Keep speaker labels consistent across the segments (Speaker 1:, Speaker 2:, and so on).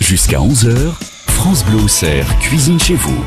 Speaker 1: Jusqu'à 11h, France Bleu Auxerre cuisine chez vous.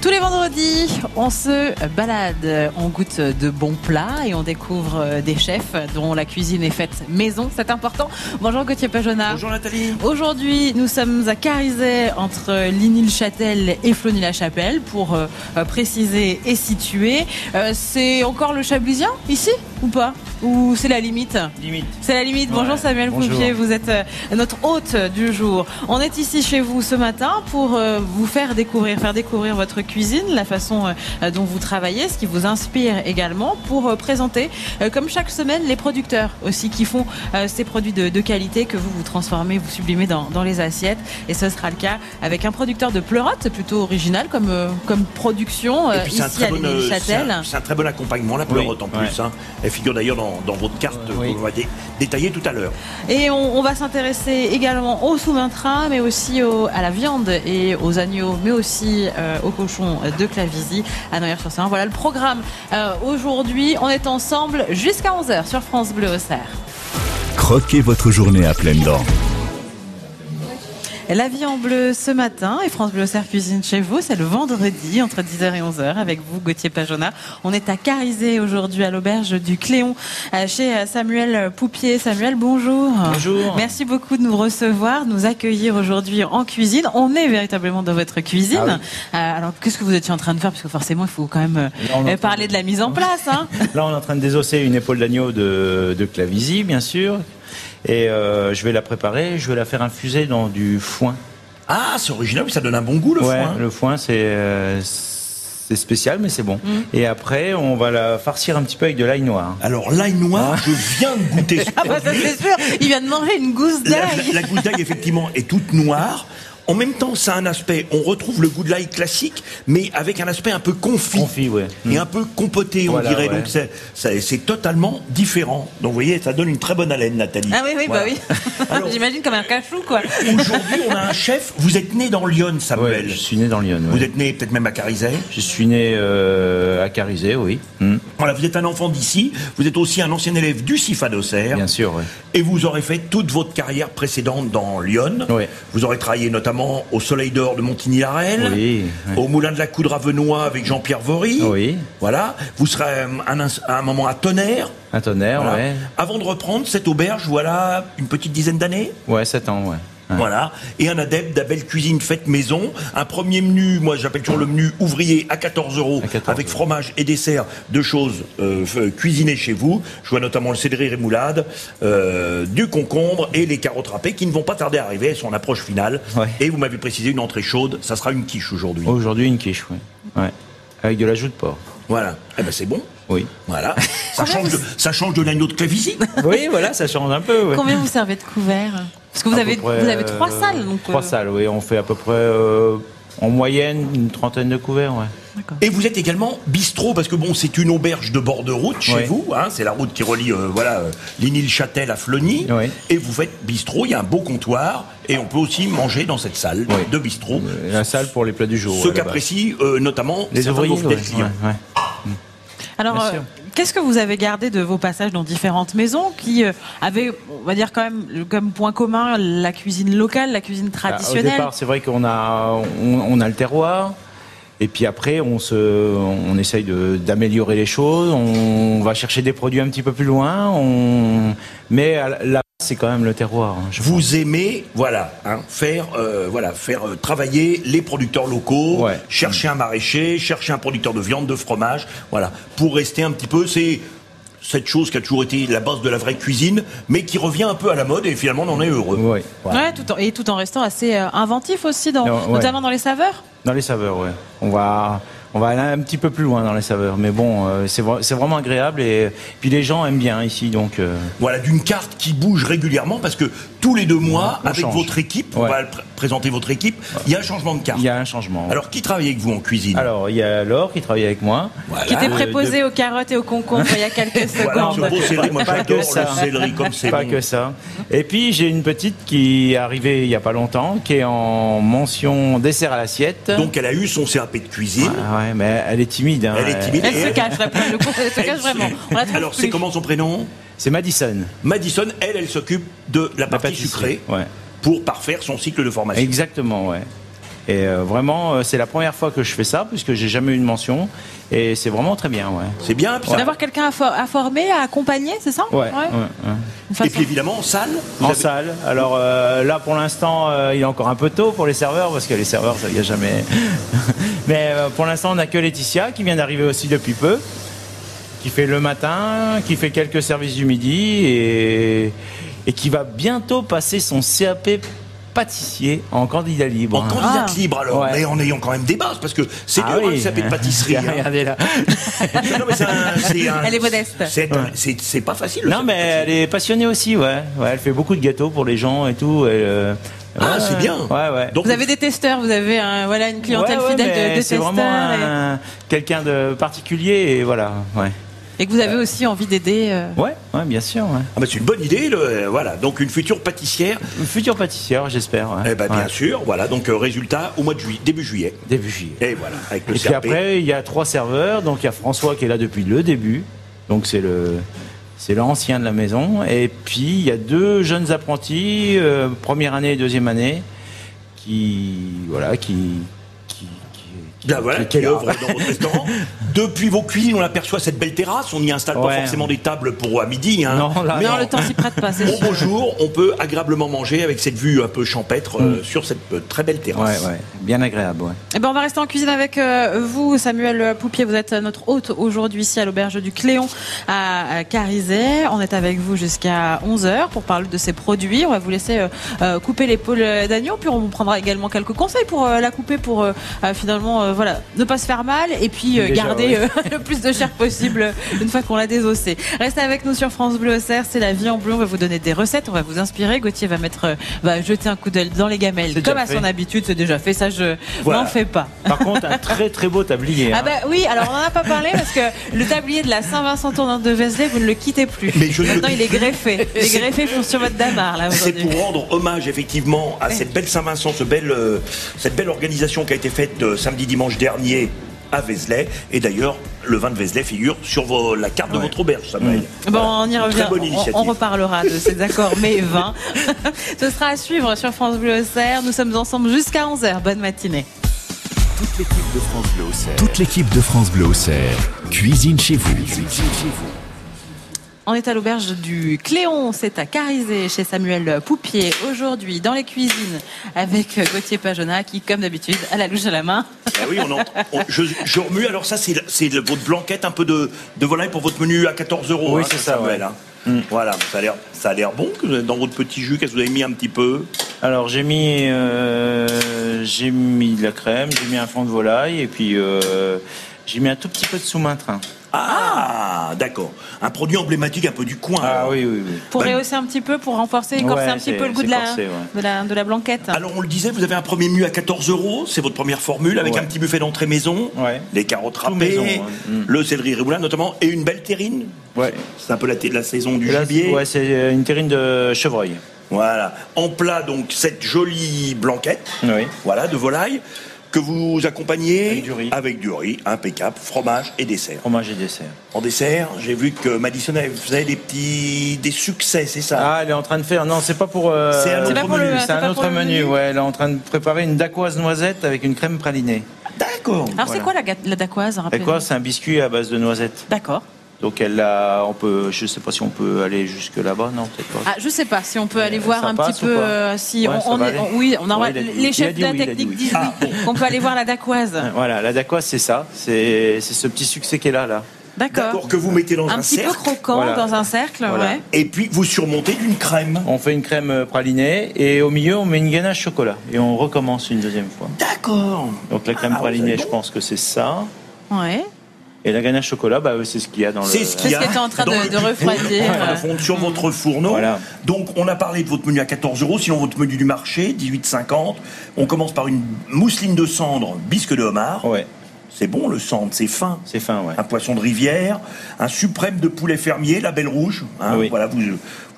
Speaker 2: Tous les vendredis, on se balade, on goûte de bons plats et on découvre des chefs dont la cuisine est faite maison, c'est important. Bonjour Gauthier Pajona.
Speaker 3: Bonjour Nathalie.
Speaker 2: Aujourd'hui, nous sommes à Carizet entre Ligny-le-Châtel et Flony-la-Chapelle pour euh, préciser et situer. Euh, c'est encore le Chablisien ici ou pas Ou c'est la limite
Speaker 3: Limite.
Speaker 2: c'est la limite. Bonjour
Speaker 3: Ouais,
Speaker 2: Samuel
Speaker 3: bonjour.
Speaker 2: Poupier, vous êtes euh, notre hôte du jour. On est ici chez vous ce matin pour euh, vous faire découvrir, faire découvrir votre cuisine, la façon euh, dont vous travaillez, ce qui vous inspire également, pour euh, présenter, euh, comme chaque semaine, les producteurs aussi qui font euh, ces produits de, de qualité que vous vous transformez, vous sublimez dans, dans les assiettes. Et ce sera le cas avec un producteur de pleurotes, plutôt original comme, euh, comme production euh,
Speaker 3: Et puis
Speaker 2: ici
Speaker 3: c'est un, très
Speaker 2: à
Speaker 3: bon, euh, c'est
Speaker 2: Châtel.
Speaker 3: un- c'est un très bon accompagnement, la pleurote en plus. hein. Elle figure d'ailleurs dans, dans votre carte
Speaker 4: Oui.
Speaker 3: qu'on va dé- détailler tout à l'heure.
Speaker 2: Et on, on va s'intéresser également au sous-maintrin, mais aussi au- à la viande et aux agneaux, mais aussi euh, aux cochons de Clavisy à Noyers-sur-Seine. Voilà le programme. Euh, Aujourd'hui, on est ensemble jusqu'à 11h sur France Bleu Auxerre.
Speaker 1: Croquez votre journée à pleines dents.
Speaker 2: La vie en bleu ce matin et France Bleu Serre Cuisine chez vous, c'est le vendredi entre 10h et 11h avec vous Gauthier Pajona. On est à Carizé aujourd'hui à l'auberge du Cléon euh, chez euh, Samuel Poupier. Samuel, bonjour.
Speaker 4: Bonjour.
Speaker 2: Merci beaucoup de nous recevoir, de nous accueillir aujourd'hui en cuisine. On est véritablement dans votre cuisine.
Speaker 3: Ah
Speaker 2: Euh, alors qu'est-ce que vous étiez en train de faire Parce que forcément, il faut quand même euh,
Speaker 4: Là, on est en
Speaker 2: euh, parler de la mise en place. Hein.
Speaker 4: Là, on est en train de désosser une épaule d'agneau de, de Clavisy, bien sûr. Et euh, je vais la préparer, je vais la faire infuser dans du foin.
Speaker 3: Ah, c'est original, puis ça donne un bon goût le
Speaker 4: ouais,
Speaker 3: foin.
Speaker 4: le foin, c'est euh, c'est spécial, mais c'est bon.
Speaker 3: Mm.
Speaker 4: Et après, on va la farcir un petit peu avec de l'ail noir.
Speaker 3: Alors l'ail noir,
Speaker 4: Ah.
Speaker 3: je viens de goûter ce
Speaker 2: Ah bah, ça,
Speaker 3: produit.
Speaker 2: c'est sûr. Il vient de manger une gousse
Speaker 3: La,
Speaker 2: d'ail.
Speaker 3: la gousse d'ail, effectivement, est toute noire. En même temps, ça a un aspect, on retrouve le goût de l'ail classique, mais avec un aspect un peu confit.
Speaker 4: Confit, ouais. Mm.
Speaker 3: Et un peu compoté, on
Speaker 4: Voilà,
Speaker 3: dirait.
Speaker 4: ouais.
Speaker 3: Donc c'est- c'est c'est totalement différent. Donc vous voyez, ça donne une très bonne haleine, Nathalie.
Speaker 2: Ah oui, oui, bah
Speaker 3: Voilà.
Speaker 2: oui.
Speaker 3: Alors-
Speaker 2: J'imagine comme un cachou, quoi.
Speaker 3: Aujourd'hui, on a un chef. Vous êtes né dans Lyon,
Speaker 4: Ouais,
Speaker 3: Samuel.
Speaker 4: je suis né dans Lyon. ouais.
Speaker 3: Ah, Vous êtes né peut-être même à Carizet.
Speaker 4: Je suis né euh, à Carizé, oui. Hmm,
Speaker 3: Voilà, vous êtes un enfant d'ici. Vous êtes aussi un ancien élève du CIFA d'Auxerre.
Speaker 4: Bien sûr, oui.
Speaker 3: Et vous aurez fait toute votre carrière précédente dans Lyon.
Speaker 4: Oui.
Speaker 3: Vous aurez travaillé notamment au Soleil d'Or de Montigny-Arel.
Speaker 4: Oui, oui.
Speaker 3: Au Moulin de la Coudre à Venoy avec Jean-Pierre Vory.
Speaker 4: Oui.
Speaker 3: Voilà. Vous serez euh, un ins- à un moment à Tonnerre.
Speaker 4: Un tonnerre,
Speaker 3: Voilà.
Speaker 4: ouais.
Speaker 3: Avant de reprendre cette auberge, voilà une petite dizaine d'années.
Speaker 4: Ouais, 7 ans, ouais. Ouais.
Speaker 3: Voilà, et un adepte d'Abel Cuisine Fête Maison. Un premier menu, moi j'appelle toujours le menu ouvrier à 14 euros,
Speaker 4: À 14,
Speaker 3: avec
Speaker 4: ouais.
Speaker 3: fromage et dessert, deux choses euh, f- euh, cuisinées chez vous. Je vois notamment le céleri rémoulade, euh, du concombre et les carottes râpées qui ne vont pas tarder à arriver, elles sont en approche finale.
Speaker 4: Ouais. Oh.
Speaker 3: Et vous m'avez précisé une entrée chaude, ça sera une quiche aujourd'hui.
Speaker 4: Aujourd'hui, une quiche, oui. Ouais. Avec de l'ajout de porc.
Speaker 3: Voilà, eh ben c'est bon.
Speaker 4: Oui.
Speaker 3: Voilà, ça change de, ça change de l'agneau de Clavici.
Speaker 4: Oui, voilà, ça change un peu. ouais.
Speaker 2: Combien vous servez de couverts Parce que vous
Speaker 4: À
Speaker 2: avez,
Speaker 4: peu près,
Speaker 2: vous avez trois
Speaker 4: euh,
Speaker 2: salles. Donc,
Speaker 4: trois
Speaker 2: euh,
Speaker 4: salles, oui. On fait à peu près, euh, en moyenne, une trentaine de couverts, ouais.
Speaker 2: d'accord.
Speaker 3: Et vous êtes également bistrot parce que bon, c'est une auberge de bord de route chez
Speaker 4: Ouais.
Speaker 3: vous. Hein, c'est la route qui relie euh, voilà euh, Ligny-le-Châtel à Flony.
Speaker 4: Ouais.
Speaker 3: Et vous faites bistrot. Il y a un beau comptoir et on peut aussi manger dans cette salle
Speaker 4: Ouais.
Speaker 3: de bistrot.
Speaker 4: La salle pour les plats du jour.
Speaker 3: Ce
Speaker 4: ouais, là-bas.
Speaker 3: qu'apprécient euh, notamment
Speaker 4: les
Speaker 3: certains de
Speaker 4: ouvriers.
Speaker 3: vos fidèles
Speaker 4: ouais,
Speaker 3: clients.
Speaker 4: ouais, ouais.
Speaker 2: Alors,
Speaker 4: bien
Speaker 2: euh,
Speaker 4: sûr.
Speaker 2: qu'est-ce que vous avez gardé de vos passages dans différentes maisons qui euh, avaient, on va dire, quand même le- comme point commun la cuisine locale, la cuisine
Speaker 4: Bah, Au
Speaker 2: traditionnelle
Speaker 4: départ, c'est vrai qu'on a, on, on a le terroir. Et puis après, on, se, on essaye de- d'améliorer les choses. On va chercher des produits un petit peu plus loin. On... Mais à la- là, c'est quand même le terroir. hein, je
Speaker 3: Vous aimez, voilà, hein, faire, euh, voilà, faire euh, travailler les producteurs locaux,
Speaker 4: Ouais.
Speaker 3: chercher un maraîcher, chercher un producteur de viande, de fromage, voilà, pour rester un petit peu, c'est cette chose qui a toujours été la base de la vraie cuisine, mais qui revient un peu à la mode et finalement on en est heureux.
Speaker 4: Ouais.
Speaker 3: Voilà.
Speaker 2: Ouais, tout en- et tout en restant assez euh, inventif aussi, dans,
Speaker 4: Non, ouais.
Speaker 2: notamment dans les saveurs.
Speaker 4: Dans les saveurs, ouais. On va, on va aller un petit peu plus loin dans les saveurs. Mais bon, euh, c'est vra- c'est vraiment agréable. Et puis les gens aiment bien ici, donc. euh,
Speaker 3: Voilà, d'une carte qui bouge régulièrement parce que tous les deux mois,
Speaker 4: On
Speaker 3: avec
Speaker 4: change.
Speaker 3: votre équipe, on
Speaker 4: Ouais.
Speaker 3: va pr- présenter votre équipe, il y a un changement de carte.
Speaker 4: Il y a un changement.
Speaker 3: Alors qui travaille avec vous en cuisine
Speaker 4: Alors, il y a Laure qui travaille avec moi.
Speaker 3: Voilà.
Speaker 2: qui était
Speaker 4: de-
Speaker 2: préposé aux carottes et aux concombres il y a quelques
Speaker 3: Voilà, ce
Speaker 2: secondes.
Speaker 3: beau céleri, moi
Speaker 4: Pas que
Speaker 3: j'adore
Speaker 4: ça.
Speaker 3: le céleri comme c'est
Speaker 4: Pas
Speaker 3: bon.
Speaker 4: que ça. Et puis j'ai une petite qui est arrivée il y a pas longtemps, qui est en mention dessert à l'assiette.
Speaker 3: Donc elle a eu son CAP de cuisine.
Speaker 4: Ah ouais, mais elle est timide. hein.
Speaker 3: Elle est timide.
Speaker 2: Elle se cache, la elle se cache vraiment. On la trouve
Speaker 3: Alors,
Speaker 2: plus.
Speaker 3: c'est comment son prénom
Speaker 4: C'est Madison.
Speaker 3: Madison, elle, elle s'occupe de la
Speaker 4: la
Speaker 3: partie
Speaker 4: pâtisserie.
Speaker 3: sucrée.
Speaker 4: Ouais.
Speaker 3: pour parfaire son cycle de formation.
Speaker 4: Exactement, ouais. Et euh, vraiment, euh, c'est la première fois que je fais ça, puisque j'ai jamais eu de mention. Et c'est vraiment très bien, ouais.
Speaker 3: C'est bien. puis ça-
Speaker 2: D'avoir quelqu'un à, fo- à former, à accompagner, c'est ça
Speaker 4: Ouais,
Speaker 2: Ouais.
Speaker 4: ouais, ouais.
Speaker 2: Une façon-
Speaker 3: Et puis évidemment, en salle, vous
Speaker 4: En
Speaker 3: avez-
Speaker 4: salle. Alors euh, là, pour l'instant, euh, il est encore un peu tôt pour les serveurs parce que les serveurs, ça y a jamais. Mais euh, pour l'instant, on n'a que Laetitia qui vient d'arriver aussi depuis peu, qui fait le matin, qui fait quelques services du midi et, et qui va bientôt passer son CAP pâtissier en candidat libre.
Speaker 3: en candidate
Speaker 2: Ah.
Speaker 3: libre alors,
Speaker 4: Ouais.
Speaker 3: mais en ayant quand même des bases, parce que c'est
Speaker 4: Ah
Speaker 3: dur hein,
Speaker 4: oui.
Speaker 3: de s'appeler de pâtisserie. hein.
Speaker 4: Regardez là.
Speaker 3: Non, mais c'est un- c'est un-
Speaker 2: Elle est modeste.
Speaker 3: c'est un- C'est c'est pas facile. le
Speaker 4: Non,
Speaker 3: sac
Speaker 4: mais
Speaker 3: de pâtisserie.
Speaker 4: elle est passionnée aussi, ouais. ouais elle fait beaucoup de gâteaux pour les gens et tout. et, euh,
Speaker 3: Ah,
Speaker 4: ouais,
Speaker 3: c'est bien.
Speaker 4: Ouais, ouais.
Speaker 3: Donc,
Speaker 2: Vous avez des testeurs, vous avez un- voilà, une clientèle
Speaker 4: Ouais, ouais,
Speaker 2: fidèle
Speaker 4: mais
Speaker 2: de, de
Speaker 4: C'est
Speaker 2: testeurs.
Speaker 4: vraiment
Speaker 2: et-
Speaker 4: un- quelqu'un de particulier et voilà. Ouais,
Speaker 2: Et que vous avez aussi envie d'aider. euh,
Speaker 4: ouais, ouais, bien sûr. ouais.
Speaker 3: ah, bah, c'est une bonne idée, le- euh, voilà. Donc une future pâtissière,
Speaker 4: Une Future pâtissière, j'espère. ouais.
Speaker 3: eh ben, bien
Speaker 4: Ouais.
Speaker 3: sûr, voilà. Donc euh, résultat au mois de juillet, début juillet.
Speaker 4: Début juillet.
Speaker 3: Et voilà, avec le
Speaker 4: Et puis
Speaker 3: CAP.
Speaker 4: après, il y a trois serveurs. Donc il y a François qui est là depuis le début. Donc c'est le. C'est l'ancien de la maison. Et puis, il y a deux jeunes apprentis, euh, première année et deuxième année, qui. Voilà, qui. qui, qui, qui-
Speaker 3: Là, Ben voilà,
Speaker 4: qui-
Speaker 3: qui
Speaker 4: qui-
Speaker 3: œuvre dans votre restaurant. Depuis vos cuisines, on aperçoit cette belle terrasse. On n'y installe pas
Speaker 4: Ouais.
Speaker 3: forcément des tables pour à midi. hein.
Speaker 4: Non, là,
Speaker 3: mais
Speaker 4: non.
Speaker 2: Non, le temps s'y prête pas, c'est
Speaker 3: Au
Speaker 2: sûr.
Speaker 3: beau jour, on peut agréablement manger avec cette vue un peu champêtre euh, sur cette euh, très belle
Speaker 4: Ouais,
Speaker 3: terrasse.
Speaker 4: Mm. ouais. Bien agréable, ouais.
Speaker 2: Eh ben, on va rester en cuisine avec euh, vous, Samuel Poupier. Vous êtes notre hôte aujourd'hui ici à l'auberge du Cléon à à Carizet. On est avec vous jusqu'à 11h pour parler de ces produits. On va vous laisser euh, euh, couper l'épaule d'agneau, puis on vous prendra également quelques conseils pour euh, la couper, pour euh, euh, finalement euh, voilà, ne pas se faire mal et puis euh,
Speaker 4: Déjà,
Speaker 2: garder
Speaker 4: ouais.
Speaker 2: euh, le plus de chair possible une fois qu'on l'a désossé. Restez avec nous sur France Bleu Serre, c'est la vie en bleu. On va vous donner des recettes, on va vous inspirer. Gauthier va mettre, euh, va jeter un coup d'œil dans les gamelles,
Speaker 4: C'est
Speaker 2: comme
Speaker 4: déjà
Speaker 2: à son
Speaker 4: fait.
Speaker 2: habitude. C'est déjà fait, ça je
Speaker 4: Voilà.
Speaker 2: n'en fais pas.
Speaker 4: Par contre, un très très beau tablier.
Speaker 2: Ah
Speaker 4: hein.
Speaker 2: bah oui, alors on n'en a pas parlé parce que le tablier de la Saint-Vincent tournante de Vézelay, vous ne le quittez plus.
Speaker 3: Mais je ne le
Speaker 2: Maintenant,
Speaker 3: quitte
Speaker 2: il est greffé. Il est
Speaker 3: C'est-
Speaker 2: greffé pour- sur votre damar là
Speaker 3: C'est
Speaker 2: aujourd'hui.
Speaker 3: pour rendre hommage effectivement à cette belle Saint-Vincent, ce bel, euh, cette belle organisation qui a été faite euh, samedi dimanche dernier à Vézelay. Et d'ailleurs, le vin de Vézelay figure sur vos- la carte de votre auberge, Samuel.
Speaker 2: Bon,
Speaker 3: Voilà.
Speaker 2: on y
Speaker 3: Très
Speaker 2: revient.
Speaker 3: bonne
Speaker 2: On-
Speaker 3: initiative.
Speaker 2: on, reparlera de ces accords mai 20. Ce sera à suivre sur France Bleu Auxerre. Nous sommes ensemble jusqu'à 11h. Bonne matinée.
Speaker 1: Toute l'équipe de France Bleu Auxerre. Toute l'équipe de France Bleu Auxerre. Cuisine chez vous.
Speaker 2: On est à l'auberge du Cléon, c'est à Carizé, chez Samuel Poupier, aujourd'hui dans les cuisines, avec Gauthier Pajona qui, comme d'habitude, a la louche à la main.
Speaker 3: Ah oui, on en- on- je, je remue. Alors ça, c'est la- c'est le- votre blanquette un peu de, de volaille pour votre menu à 14 euros.
Speaker 4: Oui, c'est ça,
Speaker 3: Samuel,
Speaker 4: ouais.
Speaker 3: hein. Voilà, ça a l'air- ça a l'air bon que vous avez- dans votre petit jus. Qu'est-ce que vous avez mis un petit peu
Speaker 4: Alors j'ai mis euh, j'ai mis de la crème, j'ai mis un fond de volaille et puis euh, j'ai mis un tout petit peu de sous-maintrin.
Speaker 3: Ah, d'accord. Un produit emblématique un peu du coin. alors.
Speaker 4: Ah oui oui oui.
Speaker 2: Pour
Speaker 3: Bah,
Speaker 2: rehausser un petit peu, pour renforcer, écorcer
Speaker 4: Ouais,
Speaker 2: un petit
Speaker 4: c'est-
Speaker 2: peu le goût
Speaker 4: c'est
Speaker 2: de la,
Speaker 4: corsé, ouais.
Speaker 2: de, la, de la blanquette.
Speaker 3: Alors on le disait, vous avez un premier menu à 14 euros, c'est votre première formule avec
Speaker 4: Ouais.
Speaker 3: un petit buffet d'entrée maison,
Speaker 4: Ouais.
Speaker 3: les carottes râpées,
Speaker 4: maison, hein. Mm. ouais.
Speaker 3: le céleri riboulin notamment, et une belle terrine.
Speaker 4: Ouais.
Speaker 3: C'est un peu la, thé- la saison du
Speaker 4: Là,
Speaker 3: gibier.
Speaker 4: ouais, c'est une terrine de chevreuil.
Speaker 3: Voilà. En plat donc cette jolie blanquette,
Speaker 4: Oui.
Speaker 3: voilà de volaille que vous accompagnez
Speaker 4: Avec du riz.
Speaker 3: avec du riz, impeccable, fromage et dessert.
Speaker 4: Fromage et dessert.
Speaker 3: En dessert, j'ai vu que Madison elle faisait des petits des succès, c'est ça
Speaker 4: Ah, elle est en train de faire. Non, c'est pas pour. euh,
Speaker 3: C'est un autre C'est pas pour le- menu.
Speaker 4: C'est
Speaker 2: c'est pas
Speaker 4: un
Speaker 2: pour
Speaker 4: autre
Speaker 2: le
Speaker 4: menu.
Speaker 2: menu.
Speaker 4: Ouais, elle est en train de préparer une dacoise noisette avec une crème pralinée.
Speaker 3: D'accord.
Speaker 2: Alors, c'est
Speaker 4: voilà.
Speaker 2: quoi la, ga- la dacoise rappelez-nous
Speaker 4: Dacoise, c'est un biscuit à base de noisettes.
Speaker 2: D'accord.
Speaker 4: Donc elle a, on peut, je sais pas si on peut aller jusque là-bas, non peut-être pas.
Speaker 2: Ah, je sais pas si on peut aller voir
Speaker 4: ça
Speaker 2: un
Speaker 4: passe
Speaker 2: petit
Speaker 4: ou
Speaker 2: peu.
Speaker 4: pas
Speaker 2: euh, si
Speaker 4: Ouais,
Speaker 2: on-
Speaker 4: ça
Speaker 2: on,
Speaker 4: va
Speaker 2: est-
Speaker 4: aller.
Speaker 2: on- oui, on a,
Speaker 4: Ouais, il a dit-
Speaker 2: les
Speaker 4: il
Speaker 2: chefs
Speaker 4: a dit
Speaker 2: de la
Speaker 4: oui, il a dit
Speaker 2: technique
Speaker 4: oui. Ah.
Speaker 2: disent oui, qu'on peut aller voir la dacoise.
Speaker 4: Voilà, la dacoise c'est ça, c'est c'est ce petit succès qu'elle a là.
Speaker 2: D'accord.
Speaker 3: D'accord que vous mettez dans un,
Speaker 2: Un petit peu
Speaker 3: cercle
Speaker 2: croquant
Speaker 4: Voilà.
Speaker 2: dans un cercle,
Speaker 4: Voilà.
Speaker 2: ouais.
Speaker 3: et puis vous surmontez d'une crème.
Speaker 4: On fait une crème euh, pralinée et au milieu on met une ganache chocolat et on recommence une deuxième fois.
Speaker 3: D'accord.
Speaker 4: Donc la crème
Speaker 3: Ah,
Speaker 4: pralinée,
Speaker 3: vous avez
Speaker 4: je pense que c'est ça.
Speaker 2: ouais.
Speaker 4: Et la ganache chocolat, bah, c'est ce qu'il y a dans le.
Speaker 3: C'est ce
Speaker 2: C'est
Speaker 3: qu'il
Speaker 2: ce
Speaker 3: y
Speaker 2: qui
Speaker 3: a
Speaker 2: était en train
Speaker 3: dans
Speaker 2: de-
Speaker 3: le
Speaker 2: de
Speaker 3: four,
Speaker 2: refroidir. Mmh.
Speaker 3: en train de fondre sur votre fourneau.
Speaker 4: Voilà.
Speaker 3: Donc, on a parlé de votre menu à 14 euros. Sinon, votre menu du marché, 18,50. On commence par une mousseline de cendre, bisque de homard.
Speaker 4: Ouais,
Speaker 3: C'est bon, le cendre, c'est fin.
Speaker 4: c'est fin, ouais.
Speaker 3: Un poisson de rivière, un suprême de poulet fermier, la belle rouge. hein.
Speaker 4: Oui.
Speaker 3: Voilà, vous,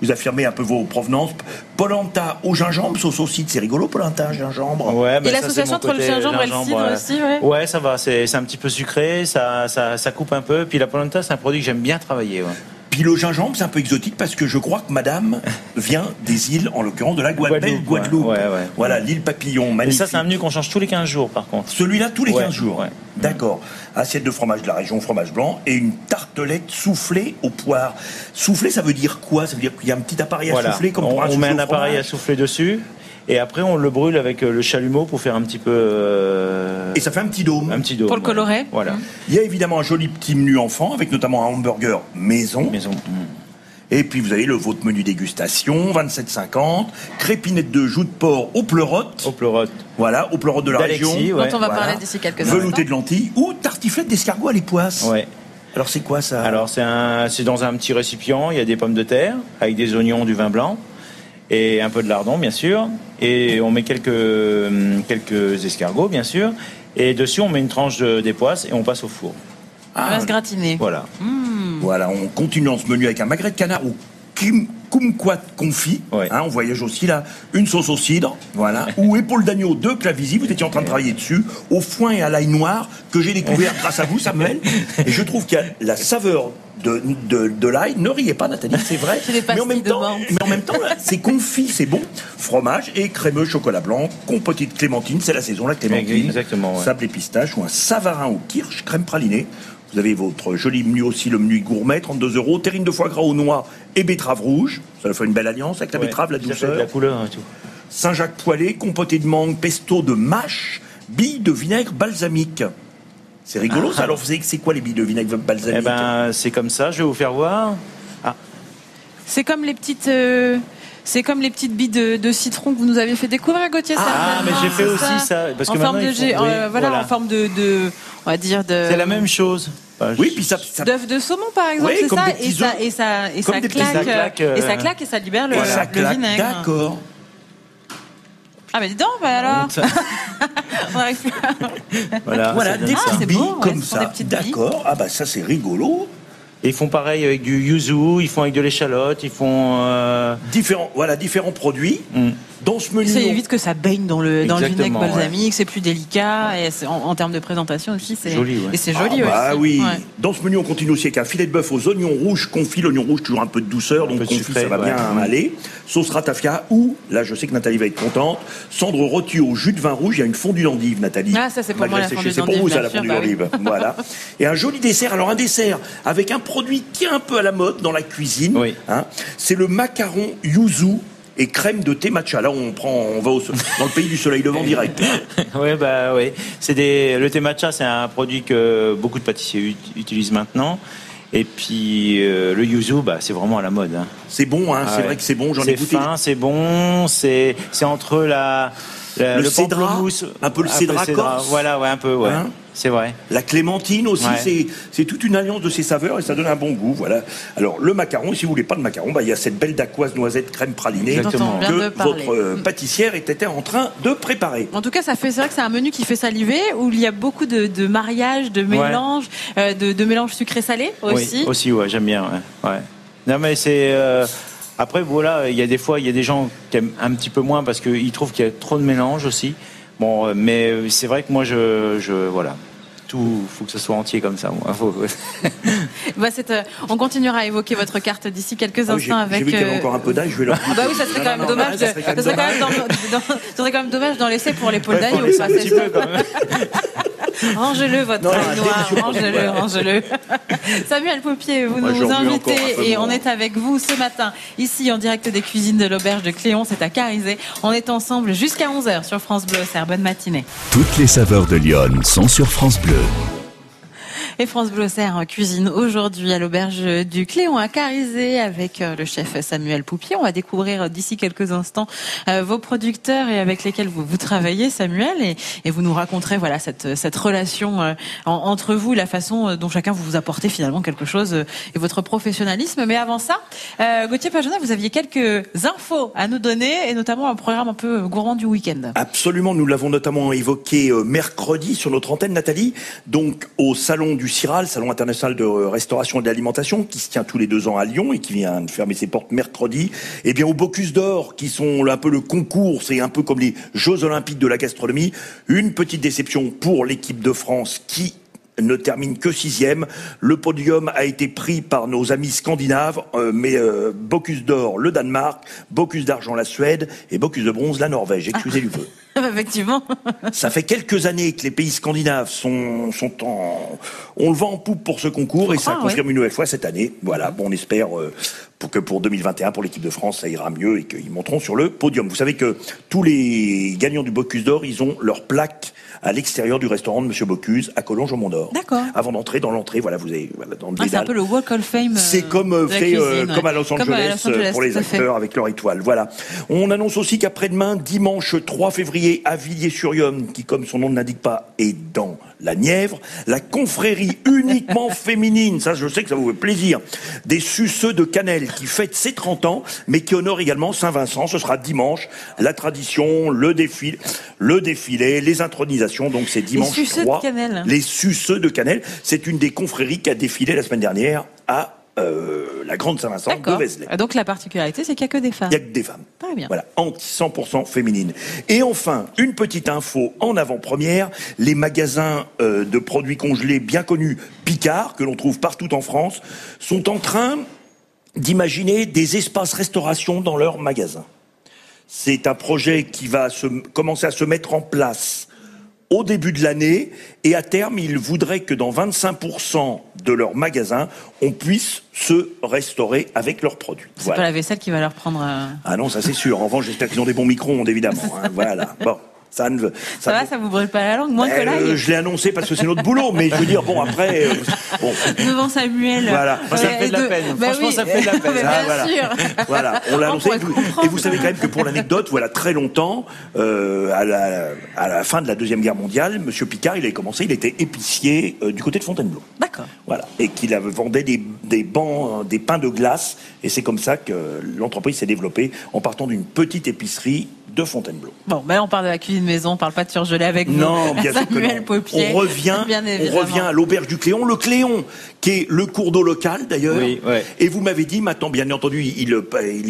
Speaker 3: vous affirmez un peu vos provenances. Polenta au gingembre, sauce au cidre, c'est rigolo, polenta, gingembre.
Speaker 4: Ouais, bah, ça, c'est
Speaker 2: l'association
Speaker 4: mon
Speaker 2: entre le
Speaker 4: côté
Speaker 2: gingembre et le cidre
Speaker 4: ouais.
Speaker 2: aussi, ouais.
Speaker 4: Ouais, ça va, c'est c'est un petit peu sucré, ça, ça, ça coupe un peu. Puis la polenta, c'est un produit que j'aime bien travailler. ouais.
Speaker 3: Puis le gingembre, c'est un peu exotique parce que je crois que madame vient des îles, en l'occurrence de la Guadeloupe.
Speaker 5: Guadeloupe,
Speaker 3: Guadeloupe.
Speaker 5: ouais, ouais, ouais.
Speaker 3: Voilà, l'île papillon,
Speaker 4: Et
Speaker 3: magnifique.
Speaker 4: ça, c'est un menu qu'on change tous les 15 jours, par contre.
Speaker 3: Celui-là tous les
Speaker 4: Ouais,
Speaker 3: 15 jours.
Speaker 4: ouais.
Speaker 3: D'accord. Assiette de fromage de la région, fromage blanc et une tartelette soufflée aux poires. Soufflée, ça veut dire quoi Ça veut dire qu'il y a un petit appareil à
Speaker 4: Voilà.
Speaker 3: souffler comme
Speaker 4: on,
Speaker 3: pour un
Speaker 4: on
Speaker 3: soufflé
Speaker 4: met un
Speaker 3: au
Speaker 4: appareil à
Speaker 3: fromage.
Speaker 4: souffler dessus et après on le brûle avec euh, le chalumeau pour faire un petit peu euh,
Speaker 3: Et ça fait un petit dôme.
Speaker 4: un petit dos.
Speaker 2: Pour le colorer.
Speaker 4: Voilà.
Speaker 3: Il y a évidemment un joli petit menu enfant avec notamment un hamburger maison.
Speaker 4: Maison.
Speaker 3: Et puis vous avez le votre menu dégustation, 27,50. Crépinette de joues de porc aux pleurotes.
Speaker 4: Au pleurote.
Speaker 3: Voilà, aux pleurotes de la
Speaker 4: Oh. D'Alexis,
Speaker 3: région.
Speaker 4: ouais,
Speaker 2: dont on va
Speaker 4: voilà.
Speaker 2: parler d'ici quelques instants.
Speaker 3: Velouté de lentilles ou tartiflette d'escargot à l'époisse.
Speaker 4: Ouais.
Speaker 3: Alors c'est quoi ça
Speaker 4: Alors c'est un, c'est dans un petit récipient. Il y a des pommes de terre avec des oignons, du vin blanc et un peu de lardon, bien sûr. Et on met quelques hum, quelques escargots, bien sûr. Et dessus on met une tranche de, des poisses et on passe au four.
Speaker 2: On
Speaker 3: Ah,
Speaker 2: va se gratiner.
Speaker 4: Voilà.
Speaker 3: Mmh. Voilà, on continue dans ce menu avec un magret de canard ou kim- kumquat confit.
Speaker 4: Ouais.
Speaker 3: Hein, on voyage aussi là. Une sauce au cidre, voilà. ou épaule d'agneau de Clavisi, vous étiez en train de travailler dessus, au foin et à l'ail noir, que j'ai découvert grâce à vous, Samuel. Et je trouve qu'il y a la saveur de, de, de l'ail. Ne riez pas, Nathalie, c'est vrai.
Speaker 2: C'est des
Speaker 3: mais, en
Speaker 2: pastilles
Speaker 3: même
Speaker 2: de
Speaker 3: temps,
Speaker 2: menthe.
Speaker 3: mais en même temps, là, c'est confit, c'est bon. Fromage et crémeux chocolat blanc, compotée de clémentine, c'est la saison, la clémentine.
Speaker 4: Exactement, ouais.
Speaker 3: Ça sable et pistache ou un savarin au kirsch, crème pralinée. Vous avez votre joli menu aussi, le menu gourmet, 32 euros, terrine de foie gras aux noix et betterave rouge. Ça fait une belle alliance avec la
Speaker 4: Ouais.
Speaker 3: betterave, la
Speaker 4: Ça fait de
Speaker 3: douceur.
Speaker 4: la couleur et tout.
Speaker 3: Saint-Jacques poêlé, compoté de mangue, pesto de mâche, billes de vinaigre balsamique. C'est rigolo ça. Alors vous savez que c'est quoi les billes de vinaigre balsamique
Speaker 4: Ah. Eh ben, c'est comme ça, je vais vous faire
Speaker 3: Euh.
Speaker 4: voir. Ah,
Speaker 2: C'est comme les petites. euh, C'est comme les petites billes de, de citron que vous nous avez fait découvrir, Gauthier.
Speaker 4: Ah,
Speaker 2: certainement,
Speaker 4: mais j'ai fait
Speaker 2: c'est
Speaker 4: aussi ça, parce
Speaker 2: en
Speaker 4: que
Speaker 2: forme
Speaker 4: maintenant,
Speaker 2: de
Speaker 4: ils font-
Speaker 2: gé-
Speaker 4: oui,
Speaker 2: euh, voilà,
Speaker 4: voilà.
Speaker 2: en forme de, de- on va dire de.
Speaker 4: C'est la même chose. Bah,
Speaker 3: Oui,
Speaker 4: je-
Speaker 3: puis ça, ça-
Speaker 2: D'œufs de saumon, par exemple,
Speaker 3: Oui,
Speaker 2: c'est
Speaker 3: comme
Speaker 2: ça,
Speaker 3: des
Speaker 2: et
Speaker 3: petits
Speaker 2: ça,
Speaker 3: œufs.
Speaker 2: et ça, et
Speaker 4: Comme
Speaker 2: ça
Speaker 4: des petits-
Speaker 2: claque,
Speaker 4: ça claque,
Speaker 2: euh, et
Speaker 4: euh,
Speaker 2: ça claque, et ça libère le,
Speaker 3: et ça
Speaker 2: le
Speaker 3: claque.
Speaker 2: vinaigre.
Speaker 3: D'accord.
Speaker 2: Ah, mais dis donc, bah alors,
Speaker 4: Ça-
Speaker 2: on arrive plus à-
Speaker 4: Voilà,
Speaker 3: voilà,
Speaker 4: ça donne
Speaker 3: des
Speaker 2: Ah,
Speaker 4: ça.
Speaker 2: c'est
Speaker 3: billes
Speaker 2: beau, ouais,
Speaker 3: comme
Speaker 2: ce sont des
Speaker 3: ça.
Speaker 2: petites billes.
Speaker 3: D'accord. Ah bah ça c'est rigolo.
Speaker 4: Et Ils font pareil avec du yuzu, ils font avec de l'échalote, ils font. euh,
Speaker 3: Différents, voilà, différents produits.
Speaker 4: Mm.
Speaker 3: Dans ce menu,
Speaker 2: Ça
Speaker 3: on-
Speaker 2: évite que ça baigne dans le, dans le vinaigre
Speaker 4: Exactement, ouais.
Speaker 2: balsamique, c'est plus délicat, et c'est- en, en termes de présentation aussi, c'est
Speaker 4: joli, ouais.
Speaker 2: Et c'est joli
Speaker 3: Ah bah
Speaker 2: aussi.
Speaker 3: oui.
Speaker 2: ouais.
Speaker 3: Dans ce menu, on continue aussi avec un filet de bœuf aux oignons rouges confit. L'oignon rouge, toujours un peu de douceur, donc
Speaker 4: peu de
Speaker 3: confit,
Speaker 4: sucré,
Speaker 3: ça va
Speaker 4: ouais.
Speaker 3: bien
Speaker 4: Mm.
Speaker 3: aller. Sauce ratafia ou, là, je sais que Nathalie va être contente, cendre rôtie au jus de vin rouge. Il y a une fondue d'endive, Nathalie.
Speaker 2: Ah, ça, c'est pour moi,
Speaker 3: Malgré
Speaker 2: la
Speaker 3: sécher.
Speaker 2: fondue
Speaker 3: C'est pour
Speaker 2: d'endive,
Speaker 3: vous, ça,
Speaker 2: bien
Speaker 3: la
Speaker 2: sûr,
Speaker 3: fondue
Speaker 2: bah oui.
Speaker 3: d'endive. voilà. Et un joli dessert. Alors, un dessert avec un produit qui est un peu à la mode dans la cuisine.
Speaker 4: Oui.
Speaker 3: hein. C'est le macaron yuzu. Et crème de thé matcha. Là, on prend, on va au- dans le pays du soleil levant direct.
Speaker 4: ouais, bah ouais. C'est des. Le thé matcha, c'est un produit que beaucoup de pâtissiers ut- utilisent maintenant. Et puis euh, le yuzu, bah, c'est vraiment à la mode. hein.
Speaker 3: C'est bon, hein.
Speaker 4: Ah
Speaker 3: c'est
Speaker 4: ouais.
Speaker 3: vrai que c'est bon. J'en ai
Speaker 4: C'est
Speaker 3: goûté.
Speaker 4: fin, c'est bon, c'est c'est entre la, la-
Speaker 3: Le cédrat,
Speaker 4: pamplemousse-
Speaker 3: un peu le cédrat corse.
Speaker 4: Voilà, ouais, un peu, ouais.
Speaker 3: Hein
Speaker 4: c'est vrai.
Speaker 3: La clémentine aussi,
Speaker 4: Ouais.
Speaker 3: c'est- c'est toute une alliance de ces saveurs et ça donne un bon goût. Voilà. Alors le macaron, si vous voulez pas de macaron, bah, il y a cette belle d'aquoise noisette crème pralinée
Speaker 4: Exactement.
Speaker 2: Dont on vient de
Speaker 3: que
Speaker 2: parler. Mm.
Speaker 3: votre euh, pâtissière était en train de préparer.
Speaker 2: En tout cas, ça fait, c'est vrai que c'est un menu qui fait saliver, où il y a beaucoup de, de mariages, de mélanges, euh, de, de mélanges sucré-salé aussi.
Speaker 4: Oui, aussi, ouais, j'aime bien. Ouais. ouais. Non, mais c'est. euh, Après, voilà, il y a des fois, il y a des gens qui aiment un petit peu moins parce qu'ils trouvent qu'il y a trop de mélange aussi. Bon, euh, mais c'est vrai que moi, je. je voilà. Tout, faut que ce soit entier comme ça. moi. Faut-
Speaker 2: Bah, c'est, euh, on continuera à évoquer votre carte d'ici quelques
Speaker 3: Ah
Speaker 2: instants
Speaker 3: oui, J'ai j'ai
Speaker 2: avec.
Speaker 3: vu qu'il y avait
Speaker 2: euh,
Speaker 3: encore un peu d'âge, je vais leur
Speaker 2: Ah bah oui, ça serait quand même dommage. de- Ça
Speaker 3: ça serait quand même
Speaker 2: serait quand même dans- dans- ça serait quand même dommage d'en laisser pour l'épaule
Speaker 4: Ouais, faut
Speaker 2: d'agneau.
Speaker 4: laisser
Speaker 2: quoi,
Speaker 4: un
Speaker 2: c'est
Speaker 4: petit
Speaker 2: ça.
Speaker 4: peu, quand même.
Speaker 2: Rangez-le, votre
Speaker 3: Non,
Speaker 2: œil noir.
Speaker 3: attention.
Speaker 2: Rangez-le, rangez-le. Samuel Paupier, vous
Speaker 3: Moi,
Speaker 2: nous
Speaker 3: j'en veux
Speaker 2: invitez
Speaker 3: encore un peu
Speaker 2: et on
Speaker 3: moins.
Speaker 2: est avec vous ce matin, ici en direct des cuisines de l'auberge de Cléon, c'est à Carizé. On est ensemble jusqu'à 11h sur France Bleu Auxerre. Bonne matinée.
Speaker 1: Toutes les saveurs de Lyon sont sur France Bleu.
Speaker 2: Et France Bleu Auxerre en cuisine aujourd'hui à l'auberge du Cléon à Carizé avec euh, le chef Samuel Poupier. On va découvrir euh, d'ici quelques instants euh, vos producteurs et avec lesquels vous, vous travaillez, Samuel, et, et vous nous raconterez voilà cette, cette relation euh, en- entre vous, et la façon euh, dont chacun vous vous apportez finalement quelque chose euh, et votre professionnalisme. Mais avant ça, euh, Gauthier Pajana, vous aviez quelques infos à nous donner et notamment un programme un peu gourmand du week-end.
Speaker 3: Absolument, nous l'avons notamment évoqué euh, mercredi sur notre antenne, Nathalie. Donc au salon du CIRA, le salon international de euh, restauration et d'alimentation, qui se tient tous les deux ans à Lyon et qui vient de fermer ses portes mercredi. Et bien au Bocus d'Or, qui sont un peu le concours, c'est un peu comme les Jeux Olympiques de la gastronomie. Une petite déception pour l'équipe de France qui ne termine que sixième. Le podium a été pris par nos amis scandinaves, euh, mais euh, Bocus d'or le Danemark, Bocus d'argent la Suède et Bocus de bronze la Norvège. Excusez du peu.
Speaker 2: Effectivement.
Speaker 3: Ça fait quelques années que les pays scandinaves sont, sont en... On le vend en poupe pour ce concours et ça
Speaker 2: croire,
Speaker 3: confirme une nouvelle fois cette année. Voilà, bon, on espère euh, pour que pour 2021, pour l'équipe de France, ça ira mieux et qu'ils monteront sur le podium. Vous savez que tous les gagnants du Bocuse d'Or, ils ont leur plaque à l'extérieur du restaurant de Monsieur Bocuse, à Collonges au Mont-d'Or.
Speaker 2: D'accord.
Speaker 3: Avant d'entrer, dans l'entrée, voilà, vous avez... voilà, dans le
Speaker 2: Ah, c'est un
Speaker 3: dédale.
Speaker 2: peu le Walk of Fame. euh,
Speaker 3: C'est comme, euh,
Speaker 2: de la
Speaker 3: fait, euh,
Speaker 2: cuisine, ouais.
Speaker 3: comme à Los Angeles, euh, pour les
Speaker 2: tout à fait.
Speaker 3: acteurs avec leur étoile. Voilà. On annonce aussi qu'après-demain, dimanche 3 février, à Villiers-sur-Yonne, qui comme son nom ne l'indique pas, est dans la Nièvre, la confrérie uniquement féminine, ça je sais que ça vous fait plaisir, des suceux de Cannelle qui fête ses 30 ans, mais qui honore également Saint-Vincent. Ce sera dimanche, la tradition, le défilé, le défilé, les intronisations, donc c'est dimanche
Speaker 2: suceux de
Speaker 3: 3.
Speaker 2: Cannelle.
Speaker 3: Les suceux de Cannelle, c'est une des confréries qui a défilé la semaine dernière à euh, la Grande Saint-Vincent de
Speaker 2: D'accord. Euh. Ah,
Speaker 3: Vézelay.
Speaker 2: Donc la particularité, c'est qu'il n'y a que des femmes.
Speaker 3: Il n'y a que des femmes.
Speaker 2: Très bien.
Speaker 3: Voilà, anti 100% féminine. Et enfin, une petite info en avant-première, les magasins euh, de produits congelés bien connus Picard, que l'on trouve partout en France, sont en train d'imaginer des espaces restauration dans leurs magasins. C'est un projet qui va se- commencer à se mettre en place au début de l'année et à terme, ils voudraient que dans 25% de leurs magasins, on puisse se restaurer avec leurs produits.
Speaker 2: C'est
Speaker 3: Voilà.
Speaker 2: pas la vaisselle qui va leur prendre. euh,
Speaker 3: Ah non, ça c'est sûr. En revanche, j'espère qu'ils ont des bons micro-ondes, évidemment. hein. Voilà. Bon, ça ne veut.
Speaker 2: Ça, va, ça vous brûle pas la langue, moins que
Speaker 3: Eh,
Speaker 2: l'ail.
Speaker 3: euh, je l'ai annoncé parce que c'est notre boulot, mais je veux dire, bon, après. euh, bon.
Speaker 2: Devant Samuel.
Speaker 3: Voilà.
Speaker 2: Ouais,
Speaker 6: ça me fait de la
Speaker 2: deux-
Speaker 6: peine.
Speaker 2: Bah
Speaker 6: Franchement,
Speaker 2: oui.
Speaker 6: ça me fait de la peine.
Speaker 2: Mais
Speaker 3: Ah,
Speaker 2: bien
Speaker 3: voilà.
Speaker 2: sûr.
Speaker 3: Voilà, on l'a
Speaker 2: On
Speaker 3: annoncé.
Speaker 2: pourrait
Speaker 3: Et vous,
Speaker 2: comprendre.
Speaker 3: et vous savez quand même que pour l'anecdote, voilà très longtemps, euh, à, la, à la fin de la Deuxième Guerre mondiale, Monsieur Picard, il avait commencé, il était épicier euh, du côté de Fontainebleau.
Speaker 2: D'accord.
Speaker 3: Voilà. Et qu'il avait- vendait des, des bancs, euh, des pains de glace. Et c'est comme ça que l'entreprise s'est développée en partant d'une petite épicerie de Fontainebleau.
Speaker 2: Bon, ben on parle de la cuisine maison, on parle pas de surgelé avec vous.
Speaker 3: Non, bien sûr que
Speaker 2: Samuel
Speaker 3: non.
Speaker 2: Paupier.
Speaker 3: On revient,
Speaker 2: Bien
Speaker 3: on
Speaker 2: évidemment.
Speaker 3: revient à l'auberge du Cléon, le Cléon, qui est le cours d'eau local d'ailleurs.
Speaker 6: Oui, ouais.
Speaker 3: Et vous m'avez dit maintenant, bien entendu, il, il est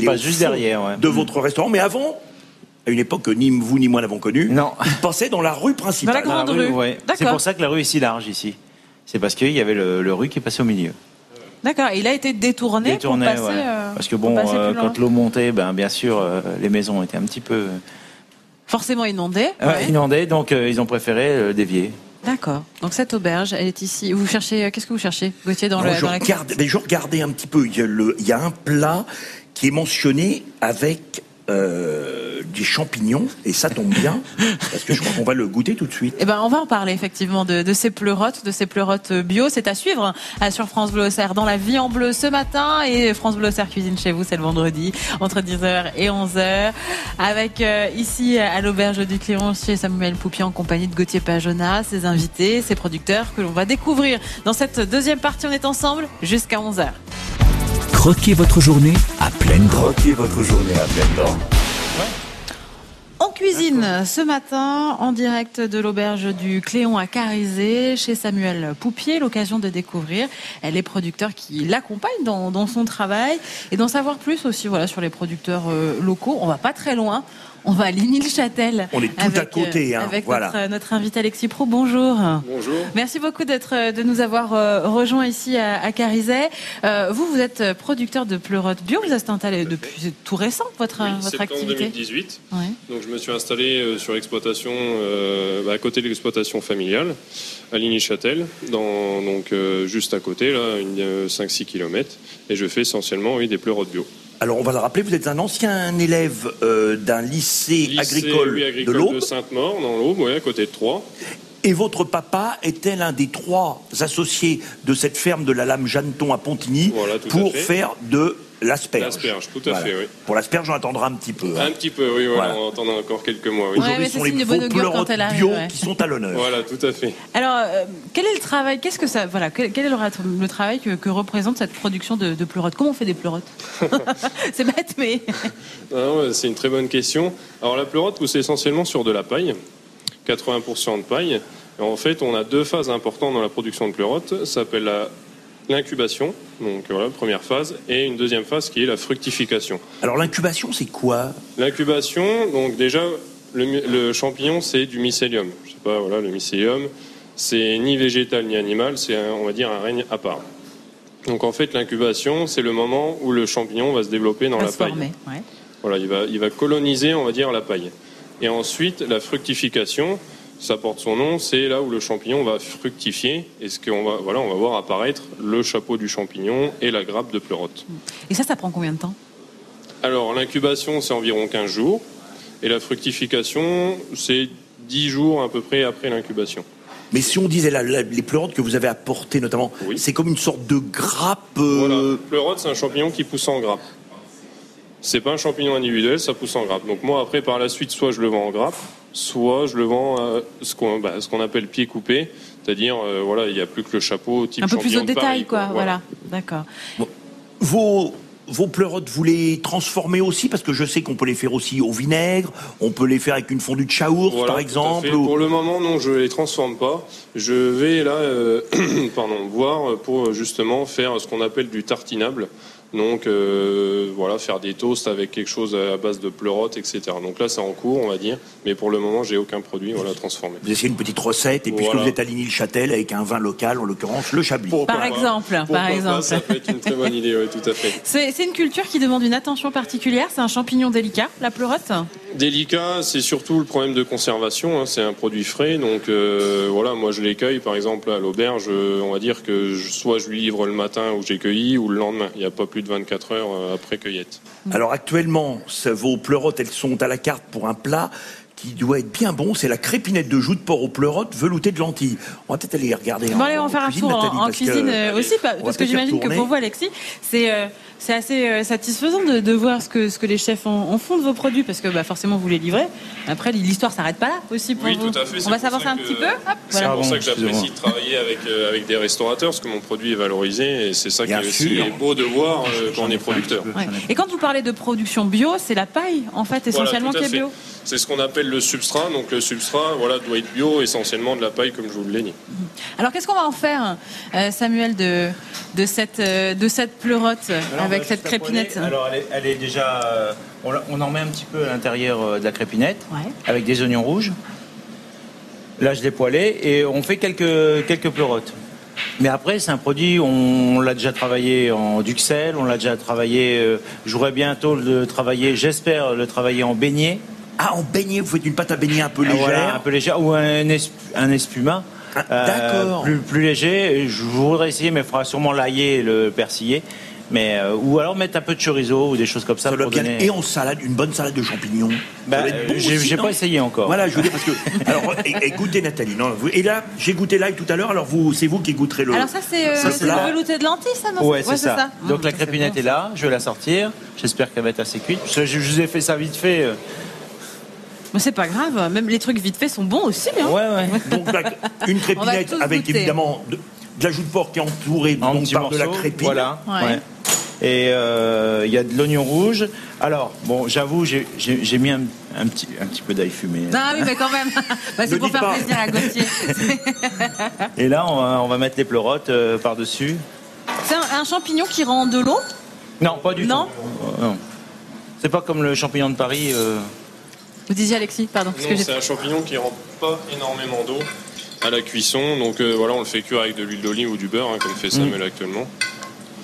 Speaker 6: passe
Speaker 3: au
Speaker 6: juste
Speaker 3: fond
Speaker 6: derrière, ouais. Mm.
Speaker 3: de votre restaurant, mais avant, à une époque que ni vous ni moi n'avons connue,
Speaker 6: Non.
Speaker 3: il passait dans la rue
Speaker 2: Dans
Speaker 3: principale.
Speaker 2: la grande rue.
Speaker 6: ouais. C'est
Speaker 2: D'accord.
Speaker 6: pour ça que la rue est si large ici. C'est parce qu'il y avait le, le rue qui passait au milieu.
Speaker 2: D'accord, il a été détourné,
Speaker 6: Détourné,
Speaker 2: pour passer.
Speaker 6: ouais.
Speaker 2: euh,
Speaker 6: Parce que
Speaker 2: pour
Speaker 6: bon,
Speaker 2: passer
Speaker 6: euh,
Speaker 2: plus loin.
Speaker 6: quand l'eau montait, ben, bien sûr, euh, les maisons étaient un petit peu
Speaker 2: forcément inondé.
Speaker 6: euh,
Speaker 2: ouais.
Speaker 6: inondées, donc euh, ils ont préféré euh, dévier.
Speaker 2: D'accord. Donc cette auberge, elle est ici. Vous cherchez, euh, qu'est-ce que vous cherchez, Gauthier, dans
Speaker 3: Non,
Speaker 2: le
Speaker 3: je
Speaker 2: dans la
Speaker 3: regarde, mais je regardais un petit peu. Il y a, le- il y a un plat qui est mentionné avec euh, des champignons, et ça tombe bien, parce que je crois qu'on va le goûter tout de suite.
Speaker 2: Eh ben, on va en parler effectivement de, de ces pleurotes, de ces pleurotes euh, bio. C'est à suivre hein, sur France Bleu Auxerre dans la vie en bleu ce matin et France Bleu Auxerre cuisine chez vous, c'est le vendredi entre 10h et 11h avec euh, ici à l'auberge du Cléron chez Samuel Poupier en compagnie de Gauthier Pajona, ses invités, ses producteurs que l'on va découvrir dans cette deuxième partie. On est ensemble jusqu'à 11h.
Speaker 1: Croquez votre journée à pleine dent.
Speaker 7: votre journée à pleine dent.
Speaker 2: On cuisine ce matin en direct de l'auberge du Cléon à Carizé chez Samuel Poupier, l'occasion de découvrir eh, les producteurs qui l'accompagnent dans, dans son travail et d'en savoir plus aussi voilà, sur les producteurs euh, locaux. On va pas très loin, on va à Ligny-le-Châtel.
Speaker 3: On est tout à
Speaker 2: avec, euh,
Speaker 3: côté, hein,
Speaker 2: avec
Speaker 3: voilà.
Speaker 2: notre, euh, notre invité Alexis Pro, bonjour. Bonjour. Merci beaucoup d'être, de nous avoir euh, rejoints ici à, à Carizet. Euh, vous, vous êtes producteur de pleurotes bio, vous êtes installé depuis c'est tout récent votre,
Speaker 8: Oui,
Speaker 2: Ah, votre
Speaker 8: septembre
Speaker 2: activité
Speaker 8: 2018.
Speaker 2: Ouais.
Speaker 8: Donc je me suis installé euh, sur l'exploitation, euh, bah, à côté de l'exploitation familiale, à Ligny-Châtel, dans- donc euh, juste à côté, là, une, euh, 5-6 km. Et je fais essentiellement oui, des pleurotes bio.
Speaker 3: Alors on va le rappeler, vous êtes un ancien élève euh, d'un lycée,
Speaker 8: Lycée,
Speaker 3: agricole,
Speaker 8: oui,
Speaker 3: de l'Aube,
Speaker 8: Sainte-Maure, dans l'Aube, ouais, à côté de Troyes.
Speaker 3: et votre papa était l'un des trois associés de cette ferme de la lame Jeanneton à Pontigny
Speaker 8: Voilà, tout à
Speaker 3: pour
Speaker 8: fait.
Speaker 3: faire de l'asperge.
Speaker 8: L'asperge, tout à fait, oui.
Speaker 3: Pour l'asperge, on attendra un petit peu. hein.
Speaker 8: Un petit peu, oui, voilà,
Speaker 3: Voilà.
Speaker 8: on attend encore quelques mois.
Speaker 2: Ouais,
Speaker 8: oui.
Speaker 3: Aujourd'hui,
Speaker 2: mais
Speaker 3: ce
Speaker 2: c'est
Speaker 3: sont les
Speaker 2: signe de
Speaker 3: faux
Speaker 2: bon augure quand
Speaker 3: pleurotes
Speaker 2: elle arrive,
Speaker 3: bio
Speaker 2: ouais.
Speaker 3: qui sont à l'honneur.
Speaker 8: Voilà, tout à fait.
Speaker 2: Alors, euh, quel est le travail Qu'est-ce que ça Voilà, quel, quel est le, rat- le travail que, que représente cette production de, de pleurotes Comment on fait des pleurotes C'est bête, mais
Speaker 8: Ah ouais, c'est une très bonne question. Alors la pleurote pousse essentiellement sur de la paille, 80% de paille. Et en fait, on a deux phases importantes dans la production de pleurote. Ça s'appelle la- l'incubation, donc voilà, première phase, et une deuxième phase qui est la fructification.
Speaker 3: Alors l'incubation, c'est quoi
Speaker 8: L'incubation, donc déjà, le, mi- le champignon, c'est du mycélium. Je sais pas, voilà, le mycélium, C'est ni végétal ni animal, c'est un- on va dire un règne à part. Donc en fait, l'incubation, c'est le moment où le champignon va se développer dans
Speaker 2: va
Speaker 8: la
Speaker 2: se
Speaker 8: paille.
Speaker 2: former, ouais.
Speaker 8: Voilà, il va, il va coloniser, on va dire, la paille. Et ensuite, la fructification, ça porte son nom, c'est là où le champignon va fructifier. Et ce qu'on va, voilà, on va voir apparaître le chapeau du champignon et la grappe de pleurote.
Speaker 2: Et ça, ça prend combien de temps
Speaker 8: Alors, l'incubation, c'est environ 15 jours. Et la fructification, c'est 10 jours à peu près après l'incubation.
Speaker 3: Mais si on disait la- la- les pleurotes que vous avez apportées notamment,
Speaker 8: Oui.
Speaker 3: c'est comme une sorte de grappe. euh,
Speaker 8: Voilà, pleurote, c'est un champignon qui pousse en grappe. C'est pas un champignon individuel, ça pousse en grappe. Donc moi, après, par la suite, soit je le vends en grappe, soit je le vends à ce qu'on bah, ce qu'on appelle pied coupé, c'est-à-dire, euh, voilà, il n'y a plus que le chapeau type
Speaker 2: Un peu plus au
Speaker 8: champignon de
Speaker 2: détail,
Speaker 8: Paris,
Speaker 2: quoi. Voilà, d'accord.
Speaker 3: Vos, vos pleurotes, vous les transformez aussi Parce que je sais qu'on peut les faire aussi au vinaigre, on peut les faire avec une fondue de chaours,
Speaker 8: Voilà,
Speaker 3: par
Speaker 8: tout à
Speaker 3: exemple.
Speaker 8: fait.
Speaker 3: ou-
Speaker 8: Pour le moment, non, je les transforme pas. Je vais là, euh, pardon, voir pour justement faire ce qu'on appelle du tartinable. Donc euh, voilà, faire des toasts avec quelque chose à base de pleurote, etc. Donc là, c'est en cours, on va dire. Mais pour le moment, j'ai aucun produit voilà transformé.
Speaker 3: Vous essayez une petite recette, et puisque
Speaker 8: Voilà.
Speaker 3: vous êtes à Ligny-le-Châtel avec un vin local, en l'occurrence le Chablis.
Speaker 8: Pourquoi
Speaker 2: Par
Speaker 8: pas
Speaker 2: exemple, par
Speaker 8: Pourquoi pas,
Speaker 2: exemple.
Speaker 8: ça peut être une très bonne idée, oui, tout à fait.
Speaker 2: C'est c'est une culture qui demande une attention particulière. C'est un champignon délicat, la pleurote.
Speaker 8: Délicat, c'est surtout le problème de conservation. hein. C'est un produit frais, donc euh, voilà. Moi, je l'écueille, par exemple, à l'auberge. euh, On va dire que je- soit je lui livre le matin où j'ai cueilli, ou le lendemain. Il n'y a pas plus de 24 heures euh, après cueillette.
Speaker 3: Alors actuellement, ça- vos pleurotes, elles sont à la carte pour un plat qui doit être bien bon, c'est la crépinette de joue de porc aux pleurotes veloutée de lentilles. On va peut-être aller y regarder.
Speaker 2: Bon, allez, on
Speaker 3: en
Speaker 2: va faire un
Speaker 3: cuisine,
Speaker 2: tour en-
Speaker 3: Nathalie,
Speaker 2: en,
Speaker 3: parce que-
Speaker 2: cuisine euh,
Speaker 3: allez,
Speaker 2: aussi, pa-
Speaker 3: on va
Speaker 2: parce que
Speaker 3: peut-être y
Speaker 2: j'imagine que
Speaker 3: retourner.
Speaker 2: pour vous, Alexis, c'est euh, c'est assez euh, satisfaisant de, de voir ce que, ce que les chefs en, en font de vos produits, parce que bah, forcément, vous les livrez. Après, l'histoire s'arrête pas là aussi pour
Speaker 8: Oui,
Speaker 2: vous.
Speaker 8: tout à fait, c'est
Speaker 2: On va
Speaker 8: pour
Speaker 2: s'avancer
Speaker 8: ça
Speaker 2: un
Speaker 8: que-
Speaker 2: petit peu. Hop,
Speaker 8: C'est
Speaker 2: voilà.
Speaker 4: Ah
Speaker 8: pour
Speaker 4: bon,
Speaker 8: ça que j'apprécie
Speaker 4: excusez-moi.
Speaker 8: de travailler avec, euh, avec des restaurateurs, parce que mon produit est valorisé, et c'est ça
Speaker 3: Bien
Speaker 8: qui est aussi
Speaker 3: sûr.
Speaker 8: est beau de voir euh, quand on est producteur.
Speaker 2: Ouais. Et quand vous parlez de production bio, c'est la paille, en fait, essentiellement,
Speaker 8: Voilà, tout à
Speaker 2: qui est bio.
Speaker 8: fait. C'est ce qu'on appelle le substrat. Donc le substrat, voilà, doit être bio, essentiellement de la paille, comme je vous l'ai dit.
Speaker 2: Alors, qu'est-ce qu'on va en faire, euh, Samuel, de, de, cette, euh, de cette pleurote
Speaker 4: Alors,
Speaker 2: avec
Speaker 4: on va
Speaker 2: cette
Speaker 4: juste la
Speaker 2: crépinette
Speaker 4: poêler. Alors elle est, elle est déjà. euh, on, la- on en met un petit peu à l'intérieur euh, de la crépinette
Speaker 2: Ouais.
Speaker 4: avec des oignons rouges. Là, je l'ai poêlé et on fait quelques, quelques pleurotes. Mais après, c'est un produit, on, on l'a déjà travaillé en duxelles, on l'a déjà travaillé, euh, j'aurai bientôt le travailler, j'espère le travailler en beignet,
Speaker 3: Ah, en beignet, vous faites une pâte à beignet un peu
Speaker 4: Ah,
Speaker 3: légère.
Speaker 4: voilà, un peu légère, ou un, es- un espuma. Euh,
Speaker 3: Ah, d'accord.
Speaker 4: plus, plus léger, Et je voudrais essayer, mais il faudra sûrement l'ailler et le persiller. Mais, euh, ou alors mettre un peu de chorizo ou des choses comme ça.
Speaker 3: Ça doit
Speaker 4: pour
Speaker 3: bien-
Speaker 4: donner...
Speaker 3: Et en salade, une bonne salade de champignons. Ça
Speaker 4: Bah,
Speaker 3: doit être
Speaker 4: euh, j'ai-
Speaker 3: aussi,
Speaker 4: j'ai
Speaker 3: non
Speaker 4: pas essayé encore.
Speaker 3: Voilà, je veux dire parce que. Alors, é- é- goûtez Nathalie. Non, vous- et là, j'ai goûté l'ail tout à l'heure. Alors vous, c'est vous qui goûterez le.
Speaker 2: Alors ça, c'est euh,
Speaker 3: Ça,
Speaker 2: c'est
Speaker 3: c'est
Speaker 2: le
Speaker 3: là.
Speaker 2: velouté de lentilles, ça, non
Speaker 4: Ouais, c'est ça. Donc
Speaker 2: Hum,
Speaker 4: la
Speaker 2: ça,
Speaker 4: crépinette
Speaker 2: bon,
Speaker 4: est
Speaker 2: ça.
Speaker 4: là, je vais la sortir. J'espère qu'elle va être assez cuite. Parce que je, je vous ai fait ça vite fait. euh.
Speaker 2: Mais c'est pas grave, même les trucs vite faits sont bons aussi. hein.
Speaker 4: Ouais, ouais.
Speaker 3: Donc là, une crépinette
Speaker 2: tous
Speaker 3: avec
Speaker 2: goûter.
Speaker 3: évidemment de, de la joue de porc qui est entourée
Speaker 4: En
Speaker 3: donc,
Speaker 4: petits
Speaker 3: par de la
Speaker 4: morceaux,
Speaker 3: crépine.
Speaker 4: Voilà.
Speaker 2: Ouais.
Speaker 4: ouais. Et euh, il y a de l'oignon rouge. Alors, bon, j'avoue, j'ai- j'ai j'ai mis un, un petit, un petit peu d'ail fumé.
Speaker 2: Ah oui, mais quand même, Bah, c'est
Speaker 3: Ne
Speaker 2: pour
Speaker 3: dites
Speaker 2: faire
Speaker 3: pas.
Speaker 2: plaisir à Gauthier.
Speaker 4: Et là, on va, on va mettre les pleurotes euh, par-dessus.
Speaker 2: C'est un, un champignon qui rend de l'eau.
Speaker 4: Non, pas du
Speaker 2: Non.
Speaker 4: tout. Euh, non. C'est pas comme le champignon de Paris. euh.
Speaker 2: Vous disiez Alexis, pardon. parce que
Speaker 8: Non,
Speaker 2: j'ai-
Speaker 8: c'est un champignon qui rentre pas énormément d'eau à la cuisson. Donc euh, voilà, on le fait cuire avec de l'huile d'olive ou du beurre, hein,
Speaker 2: Mm.
Speaker 8: comme fait Samuel actuellement.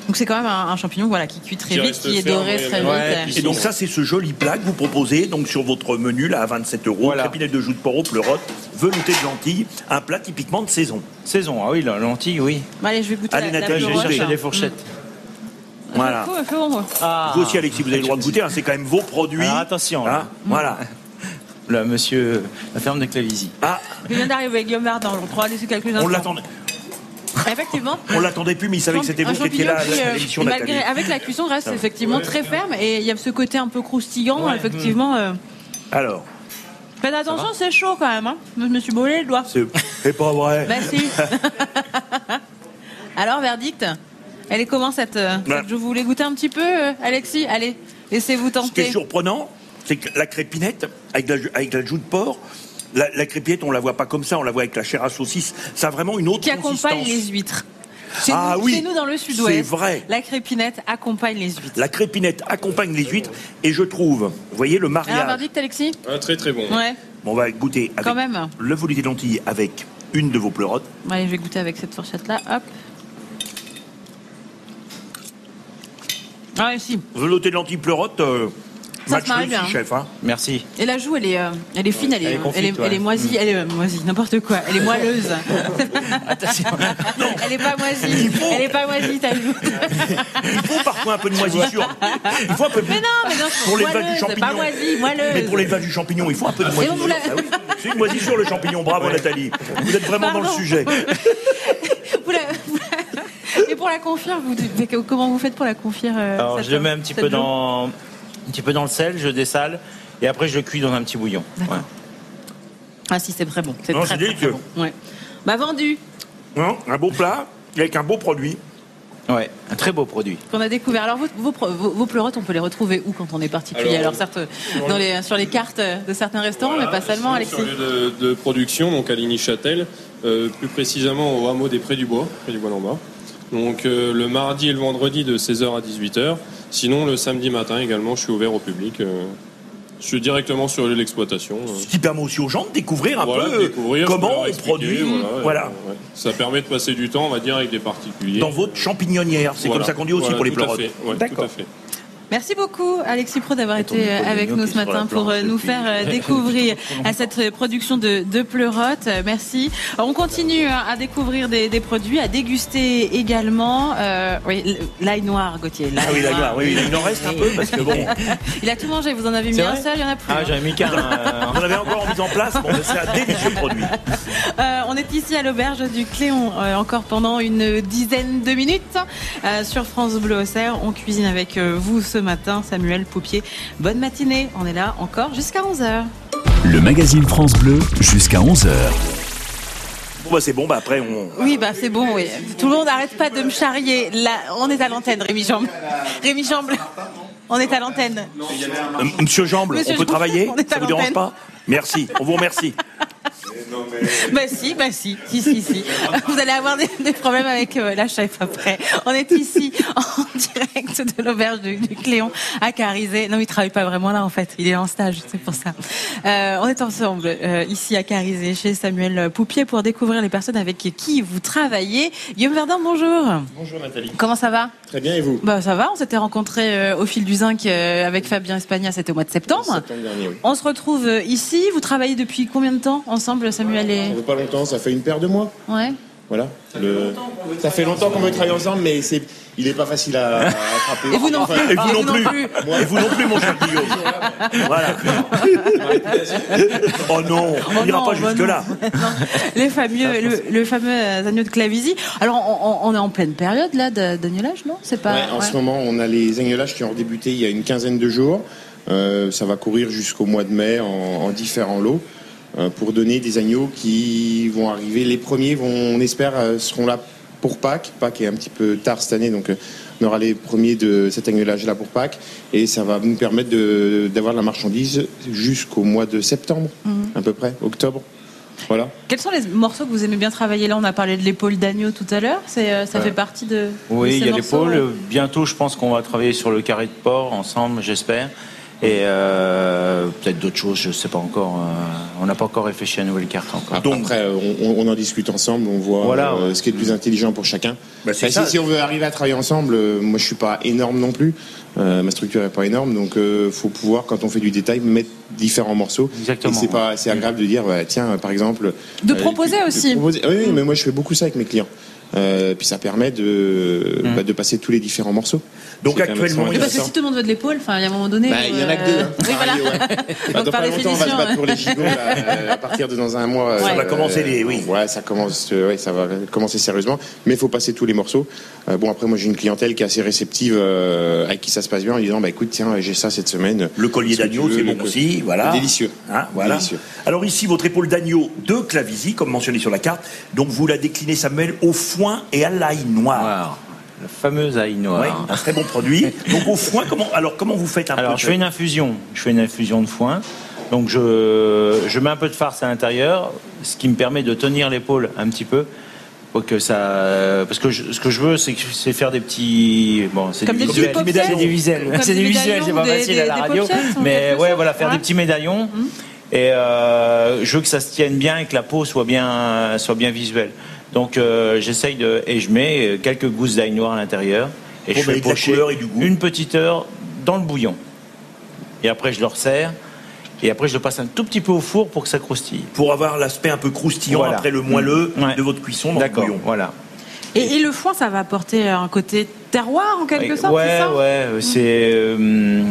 Speaker 2: Donc c'est quand même un, un champignon voilà, qui cuit très
Speaker 8: Qui
Speaker 2: vite,
Speaker 8: reste
Speaker 2: qui est
Speaker 8: ferme,
Speaker 2: doré
Speaker 8: oui,
Speaker 2: très
Speaker 8: mais- Ouais,
Speaker 2: vite.
Speaker 3: Et donc ça, c'est ce joli plat que vous proposez donc sur votre menu là à 27 euros.
Speaker 4: Voilà.
Speaker 3: Crépinette de joue de porc aux pleurotes, velouté de lentilles, un plat typiquement de saison.
Speaker 4: Saison, ah oui, la lentille, oui.
Speaker 2: Bah, allez, je vais goûter
Speaker 3: Allez,
Speaker 2: la,
Speaker 3: Nathalie,
Speaker 4: Je
Speaker 2: la
Speaker 4: vais
Speaker 3: Pleurote,
Speaker 4: chercher
Speaker 3: hein.
Speaker 4: des fourchettes.
Speaker 3: Voilà.
Speaker 2: Mmh. Faut- faut- faut-
Speaker 4: Ah.
Speaker 3: Vous aussi, Alexis, vous avez le droit de goûter. hein, c'est quand même vos produits.
Speaker 4: Alors, attention,
Speaker 3: Hein,
Speaker 4: là.
Speaker 3: Voilà.
Speaker 4: Là, monsieur, la ferme de Clavisy.
Speaker 3: Ah,
Speaker 2: Il vient d'arriver Guillaume Lardin, on pourra laisser quelques instants.
Speaker 3: on l'attendait.
Speaker 2: Effectivement.
Speaker 3: On l'attendait plus, mais il savait que c'était
Speaker 2: Un
Speaker 3: vous qui étiez là à
Speaker 2: champignon qui, euh,
Speaker 3: l'émission,
Speaker 2: malgré-
Speaker 3: Nathalie.
Speaker 2: Avec la cuisson reste effectivement très ferme et il y a ce côté un peu croustillant, effectivement. euh.
Speaker 3: Alors,
Speaker 2: Faites attention, c'est chaud quand même. hein. Je me suis brûlé le doigt.
Speaker 3: c'est c'est pas vrai.
Speaker 2: Bah si. Alors, verdict Elle est comment cette, euh, cette-
Speaker 3: Ouais.
Speaker 2: Je voulais goûter un petit peu, euh, Alexis Allez, laissez-vous
Speaker 3: Ce qui est
Speaker 2: tenter.
Speaker 3: surprenant, c'est que la crépinette, avec la, ju- avec la joue de porc, la, la crépinette, on la voit pas comme ça, on la voit avec la chair à saucisse. Ça a vraiment une autre
Speaker 2: Qui accompagne
Speaker 3: consistance.
Speaker 2: les huîtres. Chez,
Speaker 3: Ah
Speaker 2: nous,
Speaker 3: oui,
Speaker 2: chez nous, dans le
Speaker 3: c'est
Speaker 2: sud-ouest,
Speaker 3: vrai.
Speaker 2: la crépinette accompagne les huîtres.
Speaker 3: La crépinette accompagne les huîtres et je trouve, vous voyez, le
Speaker 2: Alors,
Speaker 3: mariage.
Speaker 2: verdict, Alexis
Speaker 8: Ah, très très bon.
Speaker 2: Ouais.
Speaker 3: Bon, on va goûter avec
Speaker 2: Quand même.
Speaker 3: le velouté de lentilles avec une de vos pleurotes.
Speaker 2: Allez, je vais goûter avec cette fourchette-là. Hop. Ah, si.
Speaker 3: Velouté de l'anti-pleurote, euh,
Speaker 2: Ça
Speaker 3: match
Speaker 2: se marie
Speaker 3: réussi,
Speaker 2: bien, hein.
Speaker 3: chef. hein.
Speaker 6: Merci.
Speaker 2: Et la joue, elle est, euh, elle est fine, elle est,
Speaker 6: Elle est confite,
Speaker 2: elle est,
Speaker 6: ouais.
Speaker 2: elle est moisie, elle est euh, moisie, n'importe quoi, elle est moelleuse. elle est pas moisie, elle est pas moisie ta joue.
Speaker 3: Il faut parfois un peu de moisissure. Il faut un peu de...
Speaker 2: Mais non, mais non,
Speaker 3: Pour les vaches du
Speaker 2: moelleuse,
Speaker 3: champignon.
Speaker 2: pas moisie, moelleuse.
Speaker 3: Mais pour l'élevage du champignon, il faut un peu de
Speaker 2: Et on
Speaker 3: moisissure.
Speaker 2: vous l'a-
Speaker 3: Ah oui, C'est une moisissure le champignon, bravo Nathalie. Vous êtes vraiment dans
Speaker 2: Pardon.
Speaker 3: le sujet.
Speaker 2: Vous la- vous la- Et pour la confire, vous, mais que- comment vous faites pour la confire euh,
Speaker 6: Alors
Speaker 2: cette-
Speaker 6: je le mets un petit
Speaker 2: cette
Speaker 6: peu
Speaker 2: joue
Speaker 6: dans un petit peu dans le sel, je dessale et après je le cuis dans un petit bouillon. Ouais.
Speaker 2: Ah si, c'est très bon. C'est
Speaker 3: Non,
Speaker 2: très,
Speaker 3: c'est
Speaker 2: très, très
Speaker 3: délicieux.
Speaker 2: bon. Ouais. Bah vendu,
Speaker 3: Hein, un beau plat avec un beau produit.
Speaker 6: Ouais, un très beau produit.
Speaker 2: qu'on a découvert. Alors vos, vos, pro- vos, vos pleurotes, on peut les retrouver où quand on est particulier Alors,
Speaker 8: Alors,
Speaker 2: certes, dans les, sur les cartes de certains restaurants,
Speaker 8: Voilà,
Speaker 2: mais pas seulement,
Speaker 8: sinon,
Speaker 2: Alexis.
Speaker 8: Sur lieu de, de production, donc à Ligny-Châtel, euh, plus précisément au hameau des Prés du Bois, Prés du Bois d'en bas. Donc euh, le mardi et le vendredi de 16h à 18h. Sinon, le samedi matin également, je suis ouvert au public. euh, je suis directement sur lieu d'exploitation.
Speaker 3: Ce qui permet aussi aux gens de découvrir un
Speaker 8: Voilà,
Speaker 3: peu euh,
Speaker 8: découvrir, je peux
Speaker 3: comment
Speaker 8: leur
Speaker 3: on
Speaker 8: expliquer,
Speaker 3: produit.
Speaker 8: euh,
Speaker 3: Voilà.
Speaker 8: ouais. Ça permet de passer du temps, on va dire, avec des particuliers.
Speaker 3: Dans votre champignonnière, c'est
Speaker 8: Voilà.
Speaker 3: comme ça qu'on dit aussi
Speaker 8: Voilà,
Speaker 3: pour les
Speaker 8: tout à
Speaker 3: pleurotes.
Speaker 8: fait, ouais, tout à
Speaker 3: D'accord.
Speaker 8: fait.
Speaker 2: Merci beaucoup Alexis Pro d'avoir
Speaker 6: Et ton
Speaker 2: été
Speaker 6: micro de
Speaker 2: avec
Speaker 6: Nino
Speaker 2: nous
Speaker 6: qui
Speaker 2: ce
Speaker 6: est sur
Speaker 2: matin
Speaker 6: la
Speaker 2: pour
Speaker 6: planche
Speaker 2: euh, nous
Speaker 6: depuis-
Speaker 2: faire euh, découvrir à cette production de, de pleurotes. Euh, Merci. Alors, On continue hein, à découvrir des, des produits, à déguster également. Euh, oui, l- l'ail noir, Gauthier. l'ail
Speaker 3: Ah oui, la gloire, oui, oui, il en reste un peu parce que bon,
Speaker 2: Il a tout mangé. Vous en avez mis
Speaker 6: C'est
Speaker 2: un
Speaker 6: vrai
Speaker 2: seul, il y en a plus.
Speaker 6: Ah,
Speaker 2: hein.
Speaker 6: j'en ai mis qu'un. euh,
Speaker 3: on avait encore en mise en place. Bon, c'est un délicieux produit.
Speaker 2: Euh, on est ici à l'auberge du Cléon euh, encore pendant une dizaine de minutes euh, sur France Bleu Auxerre. On cuisine avec euh, vous ce matin, Samuel Poupier. Bonne matinée. On est là encore jusqu'à 11h.
Speaker 1: Le magazine France Bleu jusqu'à 11h.
Speaker 3: Bon, bah, c'est bon, bah, après, on.
Speaker 2: Oui, bah c'est bon, oui. Tout le monde n'arrête pas de me charrier. Là, on est à l'antenne, Rémi Jamble. Rémi Jamble, on est à l'antenne.
Speaker 3: Euh, Monsieur Jamble,
Speaker 2: Monsieur
Speaker 3: on peut
Speaker 2: Jamble,
Speaker 3: travailler
Speaker 2: on est à
Speaker 3: Ça vous
Speaker 2: l'antenne.
Speaker 3: dérange pas Merci, on vous remercie.
Speaker 2: Bah si, bah si, si, si, si. Vous allez avoir des, des problèmes avec euh, la chef après. On est ici en direct de l'auberge du, du Cléon à Carizé. Non, il travaille pas vraiment là en fait. Il est en stage, c'est pour ça. Euh, on est ensemble euh, ici à Carizé chez Samuel Poupier pour découvrir les personnes avec qui vous travaillez. Guillaume Verdun, bonjour.
Speaker 9: Bonjour Nathalie.
Speaker 2: Comment ça va
Speaker 9: Très bien et vous
Speaker 2: Bah ça va, on s'était rencontrés euh, au fil du zinc euh, avec Fabien Espagna, c'était au mois de septembre.
Speaker 9: Septembre dernier, oui.
Speaker 2: On se retrouve euh, ici, vous travaillez depuis combien de temps ensemble Samuel
Speaker 9: Ça
Speaker 2: et...
Speaker 9: fait pas longtemps, ça fait une paire de mois.
Speaker 2: Ouais.
Speaker 9: Voilà. Le- Ça fait longtemps qu'on veut travailler ensemble, mais c'est... il n'est pas facile à, à attraper.
Speaker 2: Et vous non plus.
Speaker 9: Enfin,
Speaker 3: Et vous
Speaker 2: Ah, vous
Speaker 3: non
Speaker 2: non
Speaker 3: plus.
Speaker 2: plus.
Speaker 3: Et vous non plus, mon cher Guillaume. Voilà. Oh non, on
Speaker 2: Oh
Speaker 3: n'ira
Speaker 2: non,
Speaker 3: pas
Speaker 2: bah
Speaker 3: jusque-là.
Speaker 2: non. Non. Les fameux, le, le fameux euh, agneau de Clavisy. Alors, on, on- on est en pleine période, là, de- d'agnolage, non C'est pas.
Speaker 9: Ouais, en
Speaker 2: ouais.
Speaker 9: ce moment, on a les agnolages qui ont débuté il y a une quinzaine de jours. Euh, ça va courir jusqu'au mois de mai en, en différents lots euh, pour donner des agneaux qui vont arriver. Les premiers, vont, on espère, euh, seront là pour Pâques. Pâques est un petit peu tard cette année, donc euh, on aura les premiers de cet agnolage-là pour Pâques. Et ça va nous permettre de- d'avoir de la marchandise jusqu'au mois de septembre,
Speaker 2: Mhm.
Speaker 9: à peu près, octobre. Voilà.
Speaker 2: Quels sont les morceaux que vous aimez bien travailler Là, on a parlé de l'épaule d'agneau tout à l'heure. C'est, euh, ça fait partie de. de
Speaker 6: oui,
Speaker 2: ces
Speaker 6: il y a
Speaker 2: morceaux,
Speaker 6: l'épaule.
Speaker 2: euh.
Speaker 6: Bientôt, je pense qu'on va travailler sur le carré de porc ensemble, j'espère. Et euh, peut-être d'autres choses, je sais pas encore. euh, on n'a pas encore réfléchi à une nouvelle carte encore.
Speaker 9: Donc, Après, euh, on, on- on en discute ensemble, on voit
Speaker 6: Voilà,
Speaker 9: euh,
Speaker 6: ouais.
Speaker 9: ce qui est le plus intelligent pour chacun.
Speaker 3: Bah, c'est
Speaker 9: Enfin,
Speaker 3: ça.
Speaker 9: si, si on veut arriver à travailler ensemble, euh, moi je suis pas énorme non plus, euh, ma structure est pas énorme, donc euh, faut pouvoir quand on fait du détail mettre différents morceaux.
Speaker 6: Exactement.
Speaker 9: Et c'est pas, c'est agréable de dire, ouais, tiens, par exemple. euh,
Speaker 2: De proposer aussi. Mm.
Speaker 9: proposer. Oui, oui, mais moi je fais beaucoup ça avec mes clients. Euh, puis ça permet de,
Speaker 6: Mm.
Speaker 9: bah, de passer tous les différents morceaux.
Speaker 3: Donc,
Speaker 9: C'est quand même
Speaker 3: actuellement,
Speaker 9: extrêmement
Speaker 2: Oui,
Speaker 3: il y a
Speaker 2: parce que
Speaker 9: intéressant.
Speaker 2: si tout le monde veut de l'épaule, enfin, il y a un moment donné.
Speaker 9: Bah,
Speaker 2: où,
Speaker 9: Il y en a que deux.
Speaker 2: euh,
Speaker 9: Hein.
Speaker 2: Oui, voilà.
Speaker 9: Pareil, ouais. Bah,
Speaker 2: Donc,
Speaker 9: dans
Speaker 2: par
Speaker 9: pas longtemps, on va se
Speaker 2: définition.
Speaker 9: battre pour les gigots là, euh, à partir de dans un mois. euh,
Speaker 2: Ça
Speaker 3: va commencer les- oui.
Speaker 9: Ouais, ça commence, euh, ouais, ça va commencer sérieusement. Mais il faut passer tous les morceaux. Euh, bon, après, moi, j'ai une clientèle qui est assez réceptive, euh, avec qui ça se passe bien, en lui disant, bah écoute, tiens, j'ai ça cette semaine.
Speaker 3: Le collier
Speaker 9: Qu'est-ce que
Speaker 3: d'agneau,
Speaker 9: tu veux,
Speaker 3: c'est
Speaker 9: le
Speaker 3: bon
Speaker 9: col-
Speaker 3: aussi, voilà.
Speaker 9: Délicieux.
Speaker 3: Hein, voilà.
Speaker 9: Délicieux.
Speaker 3: Alors ici, votre épaule d'agneau de Clavisy, comme mentionné sur la carte. Donc vous la déclinez, Samuel, au foin et à l'ail noir.
Speaker 6: Noir. La fameuse ail
Speaker 3: Ouais,
Speaker 6: noire.
Speaker 3: un très bon produit. Donc au foin, comment alors comment vous faites un peu
Speaker 6: Alors,
Speaker 3: de-
Speaker 6: je fais une infusion. Je fais une infusion de foin. Donc, je, je mets un peu de farce à l'intérieur, ce qui me permet de tenir l'épaule un petit peu. Pour que ça... Parce que je- ce que je veux, c'est que- c'est faire des petits. Bon, c'est
Speaker 2: Comme des
Speaker 6: des
Speaker 2: petits
Speaker 6: visuels.
Speaker 2: pop-ups.
Speaker 6: C'est des
Speaker 2: Comme
Speaker 6: visuels. C'est
Speaker 2: des
Speaker 6: des visuels,
Speaker 2: médaillons,
Speaker 6: c'est pas
Speaker 2: des-
Speaker 6: facile
Speaker 2: des-
Speaker 6: à la
Speaker 2: des
Speaker 6: radio.
Speaker 2: pop-ups, en
Speaker 6: Mais
Speaker 2: quelque
Speaker 6: ouais,
Speaker 2: sorte, hein.
Speaker 6: voilà, faire
Speaker 2: ouais.
Speaker 3: Mhm.
Speaker 6: des petits médaillons. Et euh, je veux que ça se tienne bien et que la peau soit bien, soit bien visuelle. Donc euh, j'essaye de et je mets euh, quelques gousses d'ail noir à l'intérieur et
Speaker 3: Pour
Speaker 6: je fais
Speaker 3: mettre de la
Speaker 6: pocher
Speaker 3: couleur et du goût.
Speaker 6: une petite heure dans le bouillon. Et après je le resserre et après je le passe un tout petit peu au four pour que ça croustille.
Speaker 3: Pour avoir l'aspect un peu croustillant
Speaker 6: Voilà. Mm.
Speaker 3: après le moelleux
Speaker 6: Ouais.
Speaker 3: de votre cuisson dans le
Speaker 6: D'accord,
Speaker 3: bouillon.
Speaker 6: voilà.
Speaker 2: Et, et le foin, ça va apporter un côté terroir en quelque sorte,
Speaker 6: ouais,
Speaker 2: c'est ça Mhm.
Speaker 6: ouais, c'est euh,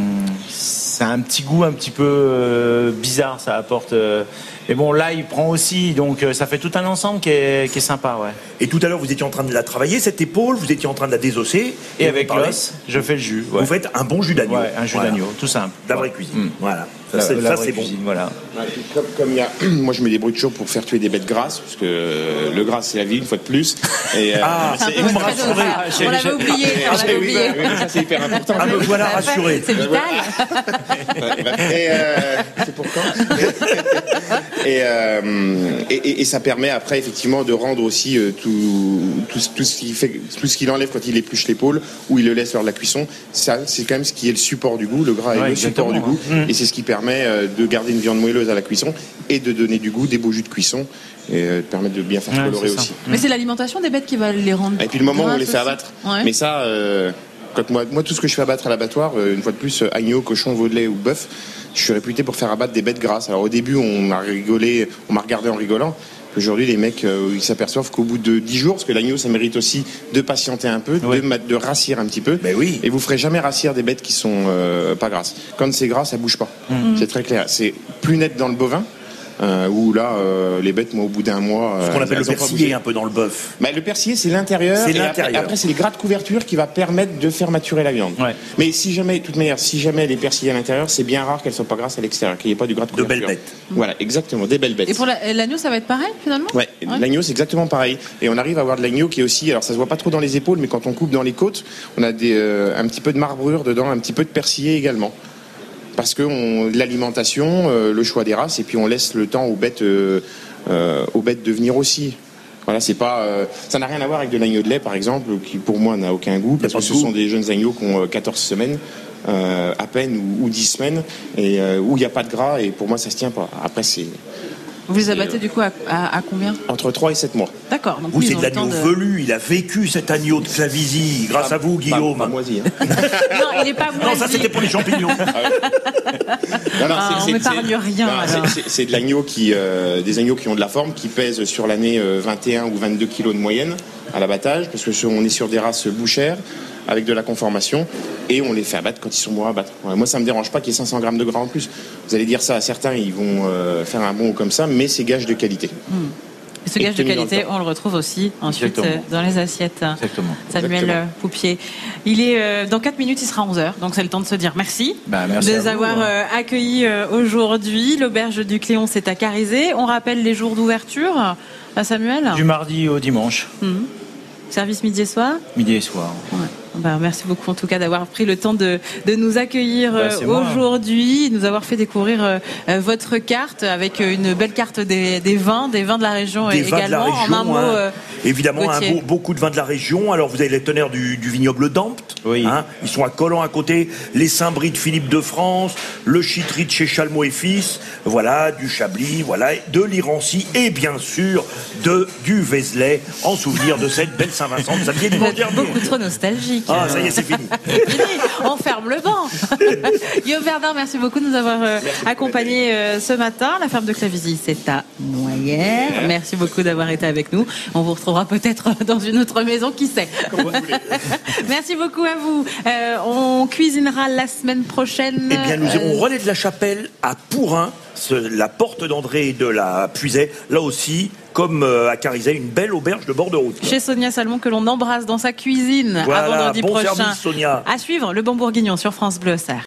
Speaker 6: c'est un petit goût un petit peu euh, bizarre, ça apporte. euh, mais bon, là, il prend aussi, donc euh, ça fait tout un ensemble qui est, qui est sympa, ouais.
Speaker 3: Et tout à l'heure, vous étiez en train de la travailler, cette épaule, vous étiez en train de la désosser.
Speaker 6: Et,
Speaker 3: vous
Speaker 6: avec
Speaker 3: parlez-
Speaker 6: l'os, je fais le jus. ouais.
Speaker 3: Vous faites un bon jus d'agneau.
Speaker 6: Ouais, un jus
Speaker 3: Voilà.
Speaker 6: d'agneau, tout simple.
Speaker 3: La vraie
Speaker 6: Ouais.
Speaker 3: cuisine.
Speaker 6: Mm.
Speaker 3: Voilà. Ça,
Speaker 6: La-
Speaker 3: c'est-
Speaker 6: la
Speaker 3: ça,
Speaker 6: vraie
Speaker 3: c'est bon.
Speaker 6: cuisine, Voilà.
Speaker 9: Ouais, puis Comme, comme il y a, moi je mets des brutures pour faire tuer des bêtes grasses, parce que euh, le gras c'est la vie une fois de plus. Et, euh,
Speaker 3: Ah,
Speaker 2: C'est un peu
Speaker 3: vous me
Speaker 2: très
Speaker 3: rassurez.
Speaker 2: drôle.
Speaker 9: Ah,
Speaker 2: On l'avait oublié, on l'avait
Speaker 9: oui,
Speaker 2: oublié.
Speaker 9: bah, oui, ça, c'est hyper important.
Speaker 3: Ah, me voilà rassuré.
Speaker 2: C'est vital.
Speaker 9: Et, euh, c'est pour quand et, euh, et, et- et ça permet après effectivement de rendre aussi euh, tout, tout, ce- tout ce qu'il fait, tout ce qu'il enlève quand il épluche l'épaule ou il le laisse lors de la cuisson. Ça, c'est quand même ce qui est le support du goût, le gras est
Speaker 6: Ouais,
Speaker 9: le support du
Speaker 6: exactement, hein.
Speaker 9: goût, et c'est ce qui permet euh, de garder une viande moelleuse à la cuisson et de donner du goût, des beaux jus de cuisson et euh, de permettre de bien faire
Speaker 6: Ouais,
Speaker 9: colorer
Speaker 6: c'est ça.
Speaker 9: aussi.
Speaker 2: Mais c'est l'alimentation des bêtes qui va les rendre.
Speaker 9: Et puis le moment où on les fait
Speaker 2: grasses
Speaker 9: abattre.
Speaker 2: aussi. Ouais.
Speaker 9: Mais ça, euh, quand moi, moi, tout ce que je fais abattre à l'abattoir, euh, une fois de plus, euh, agneau, cochon, vaudelet ou bœuf, je suis réputé pour faire abattre des bêtes grasses. Alors au début, on a rigolé, on m'a regardé en rigolant. Aujourd'hui, les mecs, euh, ils s'aperçoivent qu'au bout de 10 jours, parce que l'agneau, ça mérite aussi de patienter un peu,
Speaker 6: Ouais.
Speaker 9: de, ma- de rassir un petit peu.
Speaker 3: Ben oui.
Speaker 9: Et vous ferez jamais rassir des bêtes qui sont euh, pas grasses. Quand c'est gras, ça bouge pas.
Speaker 3: Mmh.
Speaker 2: Mmh.
Speaker 9: C'est très clair. C'est plus net dans le bovin, euh, où là, euh, les bêtes, moi, au bout d'un mois,
Speaker 3: Ce
Speaker 9: euh,
Speaker 3: qu'on appelle
Speaker 9: elles
Speaker 3: le
Speaker 9: ont pas
Speaker 3: persillé
Speaker 9: bougé.
Speaker 3: un peu dans le bœuf.
Speaker 9: Bah, le persillé, c'est l'intérieur.
Speaker 3: C'est
Speaker 9: et après-
Speaker 3: l'intérieur.
Speaker 9: Après, c'est les gras de couverture qui va permettre de faire maturer la viande.
Speaker 6: Ouais.
Speaker 9: Mais si jamais, de toute manière, si jamais elle est persillée à l'intérieur, c'est bien rare qu'elle soit pas grasse à l'extérieur, qu'il n'y ait pas du gras de couverture.
Speaker 3: belles bêtes.
Speaker 9: Voilà, exactement, des belles bêtes.
Speaker 2: Et pour la- l'agneau, ça va être pareil finalement
Speaker 9: Ouais, l'agneau c'est exactement pareil. Et on arrive à avoir de l'agneau qui est aussi, alors ça se voit pas trop dans les épaules, mais quand on coupe dans les côtes, on a des, euh, un petit peu de marbrure dedans, un petit peu de persillé également. Parce que on- l'alimentation, euh, le choix des races, et puis on laisse le temps aux bêtes, euh, euh, aux bêtes de venir aussi. Voilà, c'est pas, euh, ça n'a rien à voir avec de l'agneau de lait par exemple, qui pour moi n'a aucun goût, parce
Speaker 3: pas
Speaker 9: que
Speaker 3: de
Speaker 9: ce
Speaker 3: goût.
Speaker 9: sont des jeunes agneaux qui ont euh, 14 semaines. euh, à peine ou, ou 10 semaines et euh, où il n'y a pas de gras et pour moi ça se tient pas après c'est
Speaker 2: Vous les abattez du coup à, à- à combien
Speaker 9: entre 3 et 7 mois
Speaker 2: D'accord. donc
Speaker 3: Vous,
Speaker 2: oui, ils
Speaker 3: c'est
Speaker 2: ont
Speaker 3: de
Speaker 2: le temps
Speaker 3: l'agneau velu. Il a vécu cet agneau de Clavisy, grâce à vous, Guillaume.
Speaker 9: Pas- pas moisi, hein.
Speaker 2: Non, il n'est pas
Speaker 3: non, ça,
Speaker 2: moisi.
Speaker 3: c'était pour les champignons.
Speaker 9: Non, non,
Speaker 2: Ah,
Speaker 9: c'est-
Speaker 2: on
Speaker 9: c'est-
Speaker 2: m'épargne
Speaker 9: c'est-
Speaker 2: rien,
Speaker 9: non, c'est-
Speaker 2: alors.
Speaker 9: c'est- C'est de l'agneau qui, euh, des agneaux qui ont de la forme, qui pèsent sur l'année euh, 21 ou 22 kilos de moyenne à l'abattage, parce que sur- on est sur des races bouchères avec de la conformation et on les fait abattre quand ils sont bons à abattre. Ouais, moi, ça me dérange pas qu'il y ait 500 grammes de gras en plus. Vous allez dire ça à certains, ils vont euh, faire un bon comme ça, mais c'est gage de qualité.
Speaker 2: Ce gage de
Speaker 9: obtenu dans le
Speaker 2: qualité,
Speaker 9: temps.
Speaker 2: on le retrouve aussi ensuite
Speaker 6: Exactement.
Speaker 2: euh, dans les assiettes.
Speaker 6: Exactement.
Speaker 2: Samuel
Speaker 9: Exactement.
Speaker 2: euh, Poupier. Il est euh, dans 4 minutes, il sera 11h, donc c'est le temps de se dire merci.
Speaker 6: Bah, merci
Speaker 2: de
Speaker 6: à
Speaker 2: les
Speaker 6: vous,
Speaker 2: avoir
Speaker 6: hein.
Speaker 2: euh, accueillis euh, aujourd'hui. L'auberge du Cléon s'est à Carizé. On rappelle les jours d'ouverture à Samuel.
Speaker 6: Du mardi au dimanche,
Speaker 2: Service midi et soir.
Speaker 6: midi et soir.
Speaker 2: Ouais. Ben, merci beaucoup en tout cas d'avoir pris le temps de, de nous accueillir
Speaker 6: Bah,
Speaker 2: euh,
Speaker 6: c'est moi.
Speaker 2: aujourd'hui, nous avoir fait découvrir euh, euh, votre carte avec euh, une belle carte des, des vins, des vins de la région
Speaker 3: Des
Speaker 2: euh,
Speaker 3: vins de la
Speaker 2: également.
Speaker 3: région.
Speaker 2: en un mot,
Speaker 3: hein.
Speaker 2: euh,
Speaker 3: Évidemment, un
Speaker 2: Gauthier.
Speaker 3: beau- beaucoup de vins de la région. Alors, vous avez les teneurs du, du vignoble d'Ampte. hein.
Speaker 6: Oui.
Speaker 3: ils sont à Collan à côté. Les Saint-Brie de Philippe de France. Le Chitry de chez Chalmot et Fils. Voilà, du Chablis. Voilà, et de l'Irancy. Et bien sûr, de, du Vézelay. En souvenir de cette belle Saint-Vincent de samedi et
Speaker 2: vous
Speaker 3: dimanche
Speaker 2: êtes
Speaker 3: dernier.
Speaker 2: beaucoup trop nostalgique.
Speaker 3: Ah, ça y est, c'est fini.
Speaker 2: Fini, on ferme le banc. Guillaume Verdun, merci beaucoup de nous avoir euh, accompagnés euh, ce matin. La ferme de Clavisy, c'est à Noyères. Merci beaucoup d'avoir été avec nous. On vous retrouvera peut-être euh, dans une autre maison, qui sait. merci beaucoup à vous. Euh, on cuisinera la semaine prochaine.
Speaker 3: Eh bien, nous irons
Speaker 2: Euh,
Speaker 3: René de la Chapelle à Pourrin, ce- la porte d'André et de la Puisaye. Là aussi, comme euh, à Carizet, une belle auberge de bord de route.
Speaker 2: euh, chez Sonia Salmon que l'on embrasse dans sa cuisine à
Speaker 3: Voilà,
Speaker 2: vendredi
Speaker 3: bon
Speaker 2: prochain.
Speaker 3: service, Sonia.
Speaker 2: À suivre, le bon bourguignon sur France Bleu, Sarre.